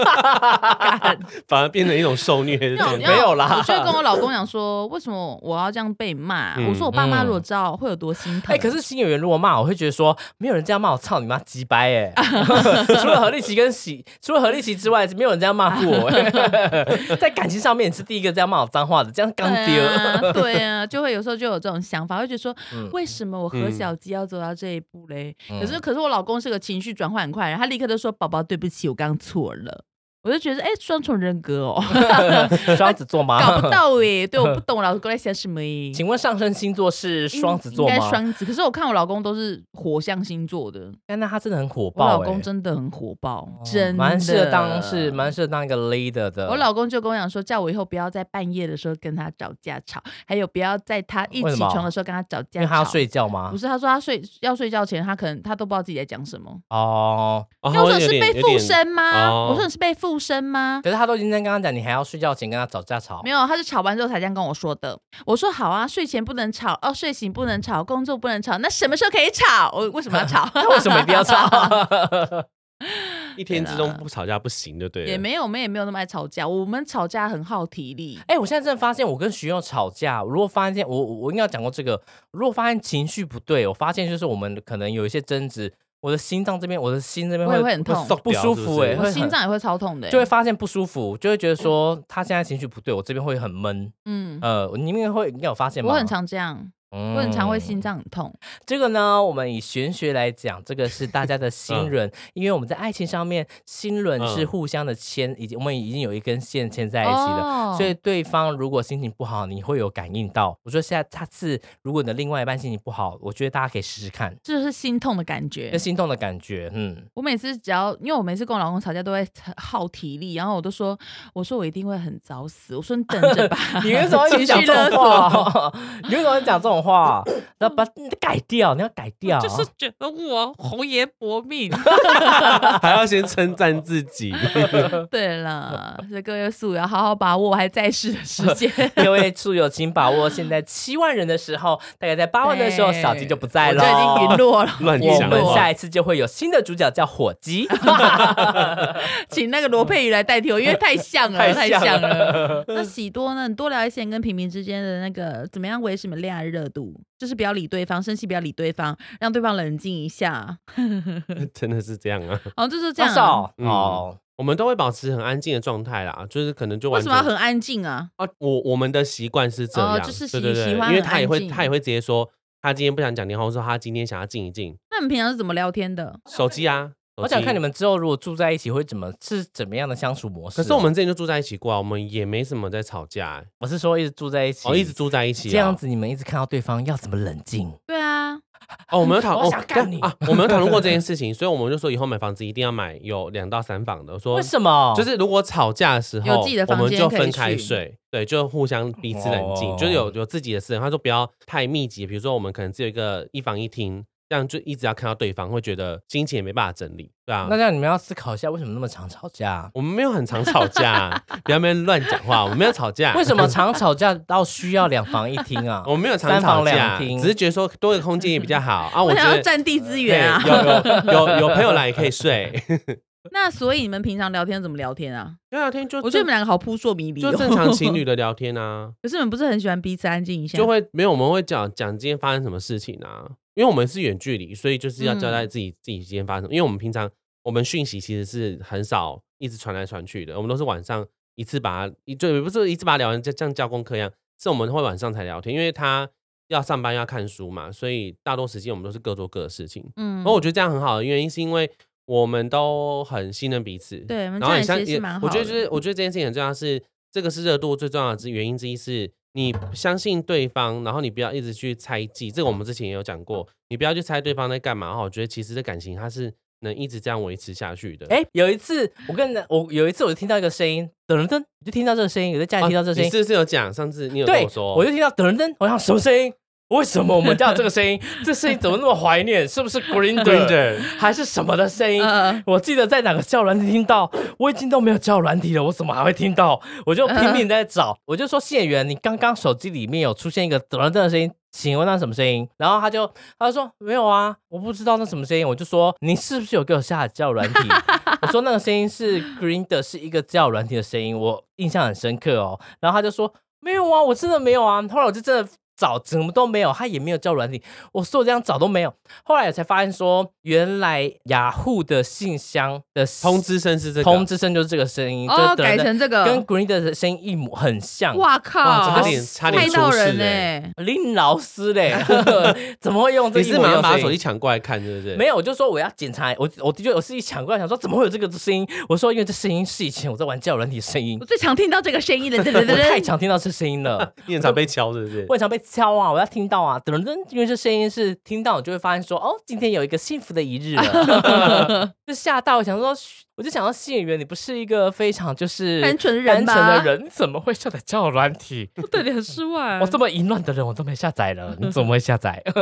Speaker 2: 干
Speaker 1: 反而变成一种受虐的
Speaker 2: 那
Speaker 1: 感
Speaker 2: 种
Speaker 1: 觉。
Speaker 5: 没有啦
Speaker 2: 我 就跟我老公讲说，为什么我要这样被骂？
Speaker 1: 嗯
Speaker 2: 我说我爸妈如果知道会有多心疼。
Speaker 5: 哎、可是新演员如果骂我，会觉得说没有人这样骂我，操你妈鸡掰哎！除了何立奇跟喜，除了何立奇之外，没有人这样骂过 我。在感情上面，你是第一个这样骂我脏话的，这样刚
Speaker 2: 对
Speaker 5: 丢。
Speaker 2: 啊，对啊，就会有时候就有这种想法，会觉得说，为什么我和
Speaker 1: 嗯
Speaker 2: 小鸡要走到这一步嘞？
Speaker 5: 嗯
Speaker 2: 可是，可是我老公是个情绪转换很快，然后他立刻就说：“宝宝，对不起，我刚错了。”我就觉得，哎、双重人格哦，
Speaker 5: 双子座吗？
Speaker 2: 搞 不到哎、对，我不懂老公在想什么哎、
Speaker 5: 请问上升星座是
Speaker 2: 应
Speaker 5: 双子座
Speaker 2: 应
Speaker 5: 吗
Speaker 2: 该？双子，可是我看我老公都是火象星座的，
Speaker 5: 那他真的很火
Speaker 2: 我
Speaker 5: 爆、欸。
Speaker 2: 老公真的很火爆，
Speaker 5: 哦
Speaker 2: 真的
Speaker 5: 蛮适合当是蛮适合当一个 leader 的。
Speaker 2: 我老公就跟我讲说，叫我以后不要在半夜的时候跟他找架吵，还有不要在他一
Speaker 5: 为
Speaker 2: 起
Speaker 5: 什么
Speaker 2: 床的时候跟他找
Speaker 5: 因
Speaker 2: 架
Speaker 5: 为
Speaker 2: 吵。
Speaker 5: 他要睡觉吗
Speaker 2: 不？是，他说他睡要睡觉前，他可能他都不知道自己在讲什么。
Speaker 5: 哦，
Speaker 1: 哦
Speaker 2: 那我说你是
Speaker 1: 有点
Speaker 2: 被附身吗？
Speaker 1: 哦
Speaker 2: 我说你是被附身吗？
Speaker 5: 可是他都已经在跟他讲，你还要睡觉前跟他找架吵
Speaker 2: 没。有，啊他是吵完之后才这样跟我说的。我说好啊，睡前不能吵，哦，睡醒不能吵，工作不能吵，那什么时候可以吵？我为什么要吵？
Speaker 5: 那 为什么一定要吵？
Speaker 1: 一天之中不吵架不行，就对了。
Speaker 2: 也没有，我们也没有那么爱吵架，我们吵架很耗体力。
Speaker 5: 哎、我现在真的发现，我跟徐佑吵架，如果发现我我我应该有讲过这个，如果发现情绪不对，我发现就是我们可能有一些争执，我的心脏这边，我的心这边
Speaker 2: 我也
Speaker 5: 会
Speaker 2: 会很痛
Speaker 5: 会不舒服、
Speaker 1: 会
Speaker 5: 欸，
Speaker 1: 很
Speaker 5: 哎，
Speaker 2: 我心脏也会超痛的欸、
Speaker 5: 就会发现不舒服，就会觉得说他现在情绪不对，我这边会很闷。
Speaker 2: 嗯，
Speaker 5: 呃，你们会你有发现吗？嗯
Speaker 2: 欸我很常这样。
Speaker 5: 我
Speaker 4: 我很
Speaker 5: 哦
Speaker 4: 常会心脏很痛。
Speaker 5: 这个呢，我们以玄学来讲，这个是大家的心轮，因为我们在爱情上面，心轮是
Speaker 1: 嗯
Speaker 5: 互相的牵，已经我们已经有一根线牵在一起了。
Speaker 2: 哦
Speaker 4: 哦
Speaker 5: 所以对方如果心情不好，你会有感应到。我说下下次如果你的另外一半心情不好，我觉得大家可以试试看，
Speaker 4: 这就是心痛的感觉
Speaker 5: 那。心痛的感觉， 嗯，
Speaker 4: 我每次只要，因为我每次跟我老公吵架都会耗体力，然后我都说，我说我一定会很早死，我说你等着吧。
Speaker 5: 你为什么要讲这种话？ 你为什么要讲这种话？那把你改掉，你要
Speaker 4: 嗯
Speaker 5: 改掉，
Speaker 2: 就是觉得我红颜薄命，
Speaker 1: 还要先称赞自己。
Speaker 4: 对了，所以各位素友好好把握还在世的时间。
Speaker 5: 各位宿友，请把握现在七万人的时候，大概在八万的时候，
Speaker 4: 对
Speaker 5: 小鸡就不在
Speaker 4: 我
Speaker 5: 了，
Speaker 4: 就已经陨。落了，
Speaker 1: 乱
Speaker 5: 我
Speaker 1: 讲
Speaker 5: 们
Speaker 1: 话
Speaker 5: 下一次就会有新的主角叫火 鸡，
Speaker 4: 请那个罗佩瑜来代替我，因为太像了，太
Speaker 5: 太像
Speaker 4: 像了。那喜多呢？你多聊一些你跟平平之间的那个怎么样维持你们恋爱热度，就是不要理对方，生气不要理对方，让对方冷静一下。
Speaker 1: 真的是这样啊！
Speaker 4: 好，就是这
Speaker 5: 教
Speaker 4: 样
Speaker 5: 授
Speaker 4: 啊、
Speaker 1: 嗯
Speaker 5: 哦，
Speaker 1: 我们都会保持很安静的状态啦，就是可能就
Speaker 4: 为
Speaker 1: 完
Speaker 4: 什
Speaker 1: 全
Speaker 4: 么要很安静啊？
Speaker 1: 啊，我我们的习惯是这样，
Speaker 4: 哦就是喜
Speaker 1: 对对对，
Speaker 4: 喜欢
Speaker 1: 因为
Speaker 4: 很
Speaker 1: 他也
Speaker 4: 安
Speaker 1: 会
Speaker 4: 静
Speaker 1: 他也会直接说他今天不想讲电话，或者说他今天想要静一静
Speaker 4: 那你们平常是怎么聊天的？
Speaker 1: 手机啊。
Speaker 5: 我想看你
Speaker 1: 们，
Speaker 5: 们之后如果住在一起会怎么是怎么样的相处模式。
Speaker 1: 可
Speaker 5: 啊
Speaker 1: 是我们之前就住在一起过啊，我们也没什么在吵架欸，
Speaker 5: 我是说一直住在一起，
Speaker 1: 哦，一直住在一起啊，
Speaker 5: 这样子，你们一直看到对方要怎么冷静？
Speaker 4: 对啊，
Speaker 1: 哦，我们有讨
Speaker 5: 我
Speaker 1: 哦
Speaker 5: 想
Speaker 1: 对
Speaker 5: 干你
Speaker 1: 啊，我们有讨论过这件事情，所以我们就说以后买房子一定要买有两到三房的。我说
Speaker 5: 为什么？
Speaker 1: 就是如果吵架的时候，
Speaker 4: 哦有自己的房
Speaker 1: 我们
Speaker 4: 间
Speaker 1: 就
Speaker 4: 可以
Speaker 1: 分开
Speaker 4: 去
Speaker 1: 睡，对，就互相彼此冷静，
Speaker 5: 哦
Speaker 1: 就是有有自己的私人。他说不要太密集，比如说我们可能只有一个一房一厅，这样就一直要看到对方，会觉得心情也没办法整理，对啊
Speaker 5: 那。这样你们要思考一下，为什么那么常吵架？
Speaker 1: 我们没有很常吵 架，不要在那边乱讲话，我们没有吵架。
Speaker 5: 为什么？常吵架到需要两房一厅啊
Speaker 1: ？我们没有常
Speaker 5: 三
Speaker 1: 吵
Speaker 5: 房两
Speaker 1: 架，
Speaker 5: 厅
Speaker 1: 只是觉得说多一个空间也比较好 啊。
Speaker 4: 我
Speaker 1: 我觉
Speaker 4: 想要
Speaker 1: 得
Speaker 4: 占地资
Speaker 1: 对
Speaker 4: 源啊。
Speaker 1: 有有有有朋友来也可以睡，
Speaker 4: 那所以你们平常聊天怎么聊天啊？
Speaker 1: 聊聊天就
Speaker 4: 我觉得你们两个好扑朔迷离、哦。
Speaker 1: 就正常情侣。的聊天啊，
Speaker 4: 可是你们不是很喜欢彼此安静一下？
Speaker 1: 就会没有我们会讲讲今天发生什么事情啊，因为我们是远距离，所以就是要交代自己、自己今天发生什么。因为我们平常我们讯息其实是很少一直传来传去的，我们都是晚上一次把它一就也不是一次把它聊完，就像交功课一样，是我们会晚上才聊天，因为他要上班要看书嘛，所以大多时间我们都是各做各的事情。
Speaker 4: 嗯
Speaker 1: 然后我觉得这样很好的原因是因为我们都很信任彼此，
Speaker 4: 对我
Speaker 5: 嗯
Speaker 4: 们
Speaker 1: 然后
Speaker 4: 这
Speaker 1: 很
Speaker 4: 样
Speaker 1: 相
Speaker 4: 其实
Speaker 1: 也
Speaker 4: 是蛮
Speaker 1: 我觉得
Speaker 4: 好的
Speaker 1: 就是我觉得这件事情很重要是，这个是热度最重要的之原因之一是。你相信对方，然后你不要一直去猜忌，这个我们之前也有讲过，你不要去猜对方在干嘛哈。我觉得其实这感情它是能一直这样维持下去的。哦
Speaker 5: 哎、有一次我跟你我有一次我就听到一个声音，噔噔噔，我就听到这个声音，我在家里听到这个声
Speaker 1: 你
Speaker 5: 音，
Speaker 1: 是不是有讲？上次你有跟
Speaker 5: 对
Speaker 1: 我，说，
Speaker 5: 我就听到噔噔噔，我想什么声音？为什么我们叫这个 声音？这声音怎么那么怀念？是不是 Grinder 还是什么的声音？
Speaker 4: 呃，
Speaker 5: 我记得在哪个叫软体听到，我已经都没有叫软体了，我怎么还会 听到？我就拼命在找，我就说谢元，你刚刚手机里面有出现一个噔噔噔的声音，请问那是什么声音？然后他就他就说没有啊，我不知道那什么声音。我就说你是不是有给我下叫软体？ 我说那个声音是 Green 的，是一个叫软体的声音，我印象很深刻哦。然后他就说没有啊，我真的没有啊。后来我就真的。找怎么都没有，他也没有叫软体，我所有这样找都没有。后来我才发现说，原来雅虎的信箱的
Speaker 1: 通知声是这个，
Speaker 5: 通知声就是这个声音，
Speaker 4: 哦，
Speaker 5: 就是
Speaker 4: 改成这个，
Speaker 5: 跟 Green 的声音一模很像。
Speaker 4: 哇靠，
Speaker 1: 哇，差点差点
Speaker 4: 害
Speaker 1: 出
Speaker 4: 到
Speaker 1: 事欸
Speaker 4: 人欸
Speaker 1: 嘞、
Speaker 4: 呢、
Speaker 5: 林老师 嘞，怎么会用欸这
Speaker 1: 你
Speaker 5: 一
Speaker 1: 是
Speaker 5: 模
Speaker 1: 马上
Speaker 5: 一样的
Speaker 1: 把他
Speaker 5: 声
Speaker 1: 手机
Speaker 5: 音？
Speaker 1: 抢过来看，对不对？
Speaker 5: 没有，我就说我要检查，我我的确我自己抢过来想说怎么会有这个声音？我说因为这声音是以前我在玩交友软体的声音
Speaker 4: 我，最常听到这个声音了，对对
Speaker 5: 我
Speaker 4: 对
Speaker 5: 太
Speaker 4: 对，
Speaker 5: 常听到这声 音了。
Speaker 1: 你很常被敲，对不对
Speaker 5: 我？很常被敲啊，我要听到啊，等等，因为这声音是听到，我就会发现说，哦，今天有一个幸福的一日 了，就吓到，我想说，我就想到谢元，你不是一个非常就是
Speaker 4: 单纯的人吧
Speaker 5: 单纯的人，怎么会下载交友软体？
Speaker 2: 我对你很失望
Speaker 5: 我。这哦么淫乱的人，我都没下载了，你怎么会下载？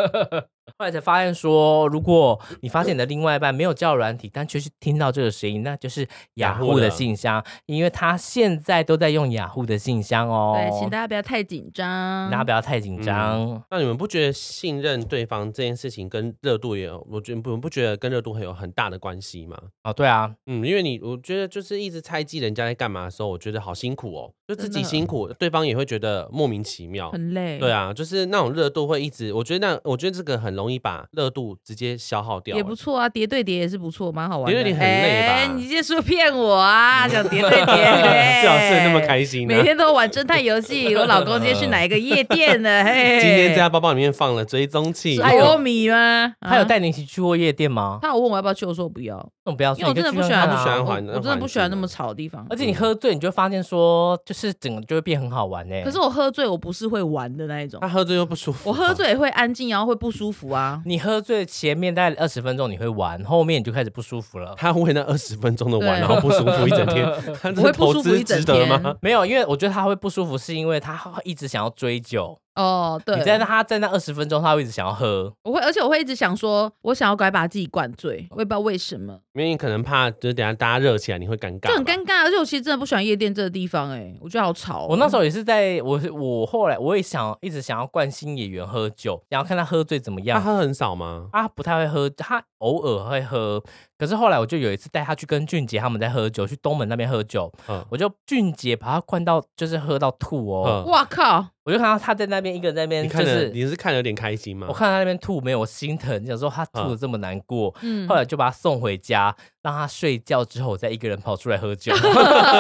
Speaker 5: 后来才发现说，如果你发现你的另外一半没有交友软体，但却是听到这个声音，那就是雅
Speaker 1: 雅虎
Speaker 5: 虎
Speaker 1: 的
Speaker 5: 的信箱，因为他现在都在用雅虎的信箱哦。
Speaker 4: 对，请大家不要太紧张。
Speaker 5: 大家不要太紧张。
Speaker 1: 那你们不觉得信任对方这件事情跟热度也有，我觉得不不觉得跟热度很有很大的关系吗？
Speaker 5: 哦，对啊，
Speaker 1: 嗯，因为你我觉得就是一直猜忌人家在干嘛的时候，我觉得好辛苦哦，就自
Speaker 4: 真
Speaker 1: 己
Speaker 4: 的
Speaker 1: 辛苦，对方也会觉得莫名其妙。
Speaker 4: 很累。
Speaker 1: 对，啊，就是那种热度会一直，我觉得那我觉得这个很很容易把热度直接消耗掉。
Speaker 4: 也不错啊，叠对叠也是不错，蛮好玩的。
Speaker 1: 叠对叠很累吧
Speaker 4: 哎你这说骗我啊，讲叠对叠，
Speaker 1: 欸最好是那么开心啊
Speaker 4: 欸
Speaker 1: 呢、
Speaker 4: 每天都玩侦探游戏。我老公今天去哪一个夜店呢？ 嘿，
Speaker 1: 今天在哎他包包里面放了追踪器，
Speaker 4: 欸是哎欧米吗？
Speaker 5: 他有
Speaker 4: 啊，
Speaker 5: 带你一起去过夜店吗？
Speaker 4: 他有问我要不要去，我说我不要，
Speaker 5: 那我不要，
Speaker 4: 因为我真的不喜
Speaker 5: 所以
Speaker 4: 欢，
Speaker 1: 他
Speaker 5: 你就去啊
Speaker 1: 不喜欢
Speaker 4: 我
Speaker 1: 环
Speaker 4: 我真的不喜
Speaker 1: 环
Speaker 4: 欢那
Speaker 1: 境
Speaker 4: 么吵的地方。
Speaker 5: 而且你喝醉，你就会发现说，就是整个就会变很好玩呢、
Speaker 4: 可是我喝醉，我不是会玩的那一种
Speaker 1: 他，喝醉又不舒服。
Speaker 4: 我
Speaker 1: 啊
Speaker 4: 喝，醉也会安静，然后会不舒服啊。
Speaker 5: 你喝醉前面大概二十分钟你会玩，后面你就开始不舒服了。
Speaker 1: 他为那二十分钟的玩，
Speaker 4: 对
Speaker 1: 然后不舒服一整 天，他这
Speaker 4: 我会不
Speaker 1: 投
Speaker 4: 舒服
Speaker 1: 资
Speaker 4: 一整
Speaker 1: 值得
Speaker 4: 天
Speaker 1: 吗？
Speaker 5: 没有，因为我觉得他会不舒服，是因为他一直想要追酒。
Speaker 4: 哦，对
Speaker 5: 你，在他在那二十分钟，他会一直想要喝。
Speaker 4: 我会，而且我会一直想说，我想要赶快把自己灌醉，我也不知道为什么，
Speaker 1: 因为你可能怕，就是等下大家热起来，你会尴尬吧，
Speaker 4: 就很尴啊尬。而且我其实真的不喜欢夜店这个地方、哎，我觉得好吵哦、
Speaker 5: 我那时候也是在，我是我后来我也想一直想要灌新演员喝酒，然后看他喝醉怎么
Speaker 1: 他
Speaker 5: 样。
Speaker 1: 喝很少吗？
Speaker 5: 啊，不太会喝，他偶尔会喝，可是后来我就有一次带他去跟俊杰他们在喝酒，去东门那边喝酒，
Speaker 1: 嗯
Speaker 5: 我就俊杰把他灌到就是喝到吐哦，
Speaker 1: 嗯，
Speaker 4: 哇靠，
Speaker 5: 我就看到他在那边一个人在那边
Speaker 1: 你
Speaker 5: 就
Speaker 1: 看了，
Speaker 5: 是。
Speaker 1: 你是看了有点开心吗
Speaker 5: 我？看他那边吐没有，我心疼，想说他吐的这么难过，
Speaker 4: 嗯
Speaker 5: 后，来就把他送回家，让他睡觉之后，我再一个人跑出来喝酒。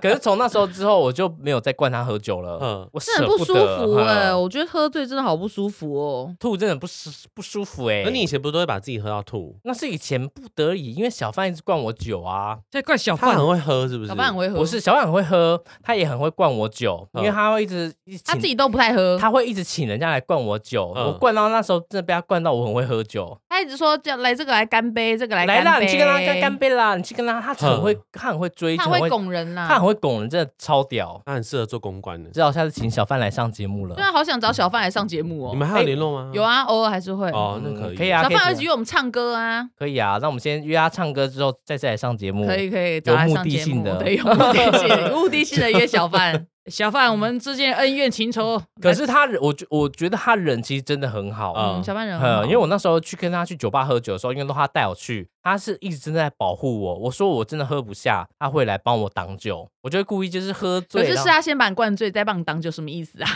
Speaker 5: 可是从那时候之后，我就没有再灌他喝酒了。
Speaker 1: 嗯
Speaker 5: 我
Speaker 4: 真的很
Speaker 5: 舍
Speaker 4: 不
Speaker 5: 不
Speaker 4: 舒
Speaker 5: 得
Speaker 4: 服哎、
Speaker 5: 嗯
Speaker 4: 我觉得喝醉真的好不舒服哦。
Speaker 5: 吐真的不舒不舒服哎、
Speaker 1: 而你以前不是都会把自己喝到吐？
Speaker 5: 那是以前不得已，因为小范一直灌我酒啊。
Speaker 2: 这怪小
Speaker 1: 他
Speaker 2: 贩
Speaker 1: 很会喝，是不是？
Speaker 4: 小范很会喝，
Speaker 5: 不是小范很会喝，他也很会灌我酒，因为
Speaker 1: 嗯
Speaker 5: 他会一直一直
Speaker 4: 他自
Speaker 5: 请
Speaker 4: 己都不太喝，他
Speaker 5: 他会一直请人家来灌我酒，
Speaker 1: 嗯
Speaker 5: 我灌到那时候真的被他灌到我很会喝酒。
Speaker 4: 一直说叫来这个来干杯，这个来
Speaker 5: 来
Speaker 4: 干
Speaker 5: 啦，
Speaker 4: 杯，
Speaker 5: 你去跟他干干，杯啦，你去跟他，他很会，他很会追，
Speaker 4: 他
Speaker 5: 很
Speaker 4: 会拱人啦、
Speaker 5: 他很会拱人，真的超屌。
Speaker 1: 他很适合做公关的。
Speaker 5: 知道下次请小范来上节目了
Speaker 4: 对，啊，好想找小范来上节目
Speaker 1: 你
Speaker 4: 哦。
Speaker 1: 们还有联络吗？
Speaker 4: 有，啊，偶尔还是会。
Speaker 1: 哦，那可以，
Speaker 5: 嗯可以啊
Speaker 4: 小范儿
Speaker 5: 可以
Speaker 4: 一直约我们唱歌啊，
Speaker 5: 可以啊。那我们先约他唱歌之后，再次来上节目。
Speaker 4: 可以可以，找他上节
Speaker 5: 有目
Speaker 4: 目
Speaker 5: 的性，的
Speaker 4: 对，有目的 性的，有目的性的约小范。
Speaker 2: 小贩，
Speaker 4: 嗯
Speaker 2: 我们之间恩怨情仇，
Speaker 5: 可是他人，我觉我觉得他人其实真的很好，
Speaker 1: 嗯
Speaker 4: 嗯，小范人很好，
Speaker 5: 嗯，因为我那时候去跟他去酒吧喝酒的时候，因为都他带我去，他是一直真的在保护我。我说我真的喝不下，他会来帮我挡酒。我就会故意就是啊喝
Speaker 4: 可
Speaker 5: 醉，
Speaker 4: 是
Speaker 5: 然
Speaker 4: 是
Speaker 5: 后
Speaker 4: 他先把你灌醉，再帮你挡酒，什么意 思啊？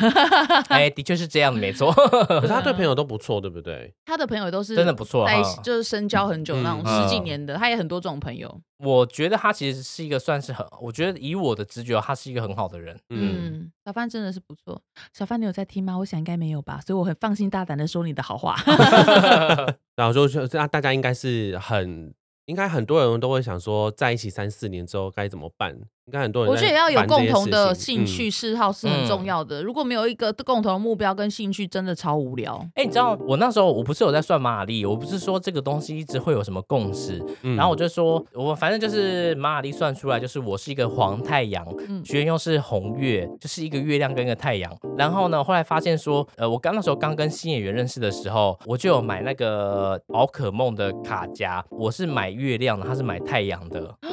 Speaker 5: 哎，的确是这样的，没 错，
Speaker 1: 可是他
Speaker 4: 嗯
Speaker 1: 对朋友都不错，对不对？
Speaker 4: 他的朋友都是
Speaker 5: 真的不错哈
Speaker 4: 在。就是深交很久那种
Speaker 5: 嗯
Speaker 4: 十几年的，他也很多这种朋友。
Speaker 5: 我觉得他其实是一个算是很，我觉得以我的直觉，他是一个很好的人。
Speaker 1: 嗯，
Speaker 4: 嗯，小范真的是不错。小范，你有在听吗？我想应该没有吧，所以我很放心大胆的说你的好 话。
Speaker 1: 然后就是那大家应该是很，应该很多人都会想说，在一起三四年之后该怎么办？应该很多人
Speaker 4: 我觉得要有
Speaker 1: 在烦
Speaker 4: 共
Speaker 1: 这件
Speaker 4: 同的
Speaker 1: 事情
Speaker 4: 兴趣。嗜好是很重要的，如果没有一个共同的目标跟兴趣，真的超无聊。
Speaker 5: 哎，你知道我那时候我不是有在算马力，我不是说这个东西一直会有什么共识，
Speaker 1: 嗯
Speaker 5: 然后我就说，我反正就是马里算出来，就是我是一个黄太阳，
Speaker 4: 嗯
Speaker 5: 学员又是红月，就是一个月亮跟一个太阳。然后呢，后来发现说，呃，我刚那时候刚跟新演员认识的时候，我就有买那个宝可梦的卡夹，我是买月亮的，他是买太阳的。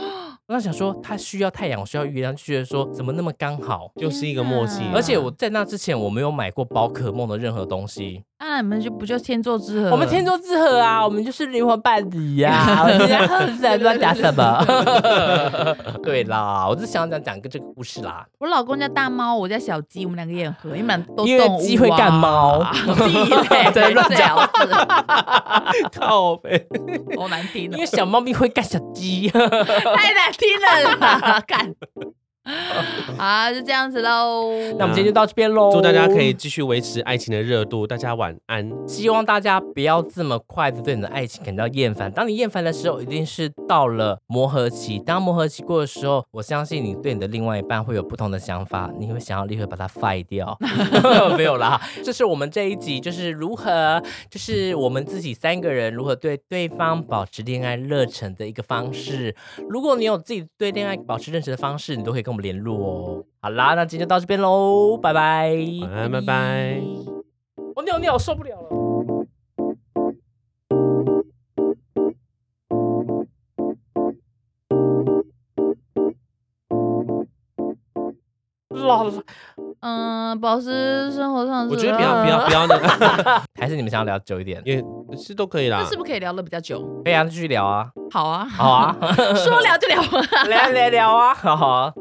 Speaker 5: 我在想说，他需要太阳，我需要月亮，就觉得说怎么那么刚好。
Speaker 1: 就是一个默契啊
Speaker 4: 天哪
Speaker 5: 而且我在那之前我没有买过宝可梦的任何东西，
Speaker 4: 当啊然，你们就不就天作
Speaker 1: 嗯
Speaker 4: 之合？
Speaker 5: 哦我们天作之合啊，我们就是灵魂伴侣 呀、啊，我们在喝什么 打什么。对啦，我只想讲讲个这个故事啦。
Speaker 4: 我老公叫大猫，我叫小鸡，我们两个也很合，你们都
Speaker 5: 因为
Speaker 4: 动物
Speaker 5: 鸡会干
Speaker 4: 啊
Speaker 5: 猫
Speaker 4: 屁嘞，
Speaker 5: 在乱
Speaker 4: 讲，
Speaker 1: 靠呗，
Speaker 4: 好难听
Speaker 5: 因
Speaker 4: 哦
Speaker 5: 为，小猫咪会干小鸡。
Speaker 1: 嗯
Speaker 4: 太难听了啦， 干。好，就这样子喽。
Speaker 5: 那我们今天就到这边喽，
Speaker 1: 祝大家可以，继续维持爱情的热度，大家晚安。
Speaker 4: 嗯
Speaker 5: 希望大家不要这么快的对你的爱情感到厌烦。当你厌烦的时候，一定是到了磨合期。当磨合期过的时候，我相信你对你的另外一半会有不同的想法，你会想要立刻把它废掉。 没有啦，这是我们这一集就是如何，就是我们自己三个人如何对对方保持恋爱热忱的一个方式。如果你有自己对恋爱保持热忱的方式，你都可以跟我们联络哦。好啦，那今天就到这边喽，拜拜。
Speaker 1: 晚安，拜拜。
Speaker 5: 我尿尿受不了 了。 老
Speaker 4: 嗯，保持生活上，
Speaker 1: 我觉得不要不要不要那，，
Speaker 5: 还是你们想要聊久一点
Speaker 1: 也是都可以啦
Speaker 4: 那是。不是可以聊的比较久？
Speaker 5: 可以啊，继续聊啊，
Speaker 4: 好啊，
Speaker 5: 好啊，
Speaker 4: 说聊就聊。
Speaker 5: 来来聊啊，好好啊。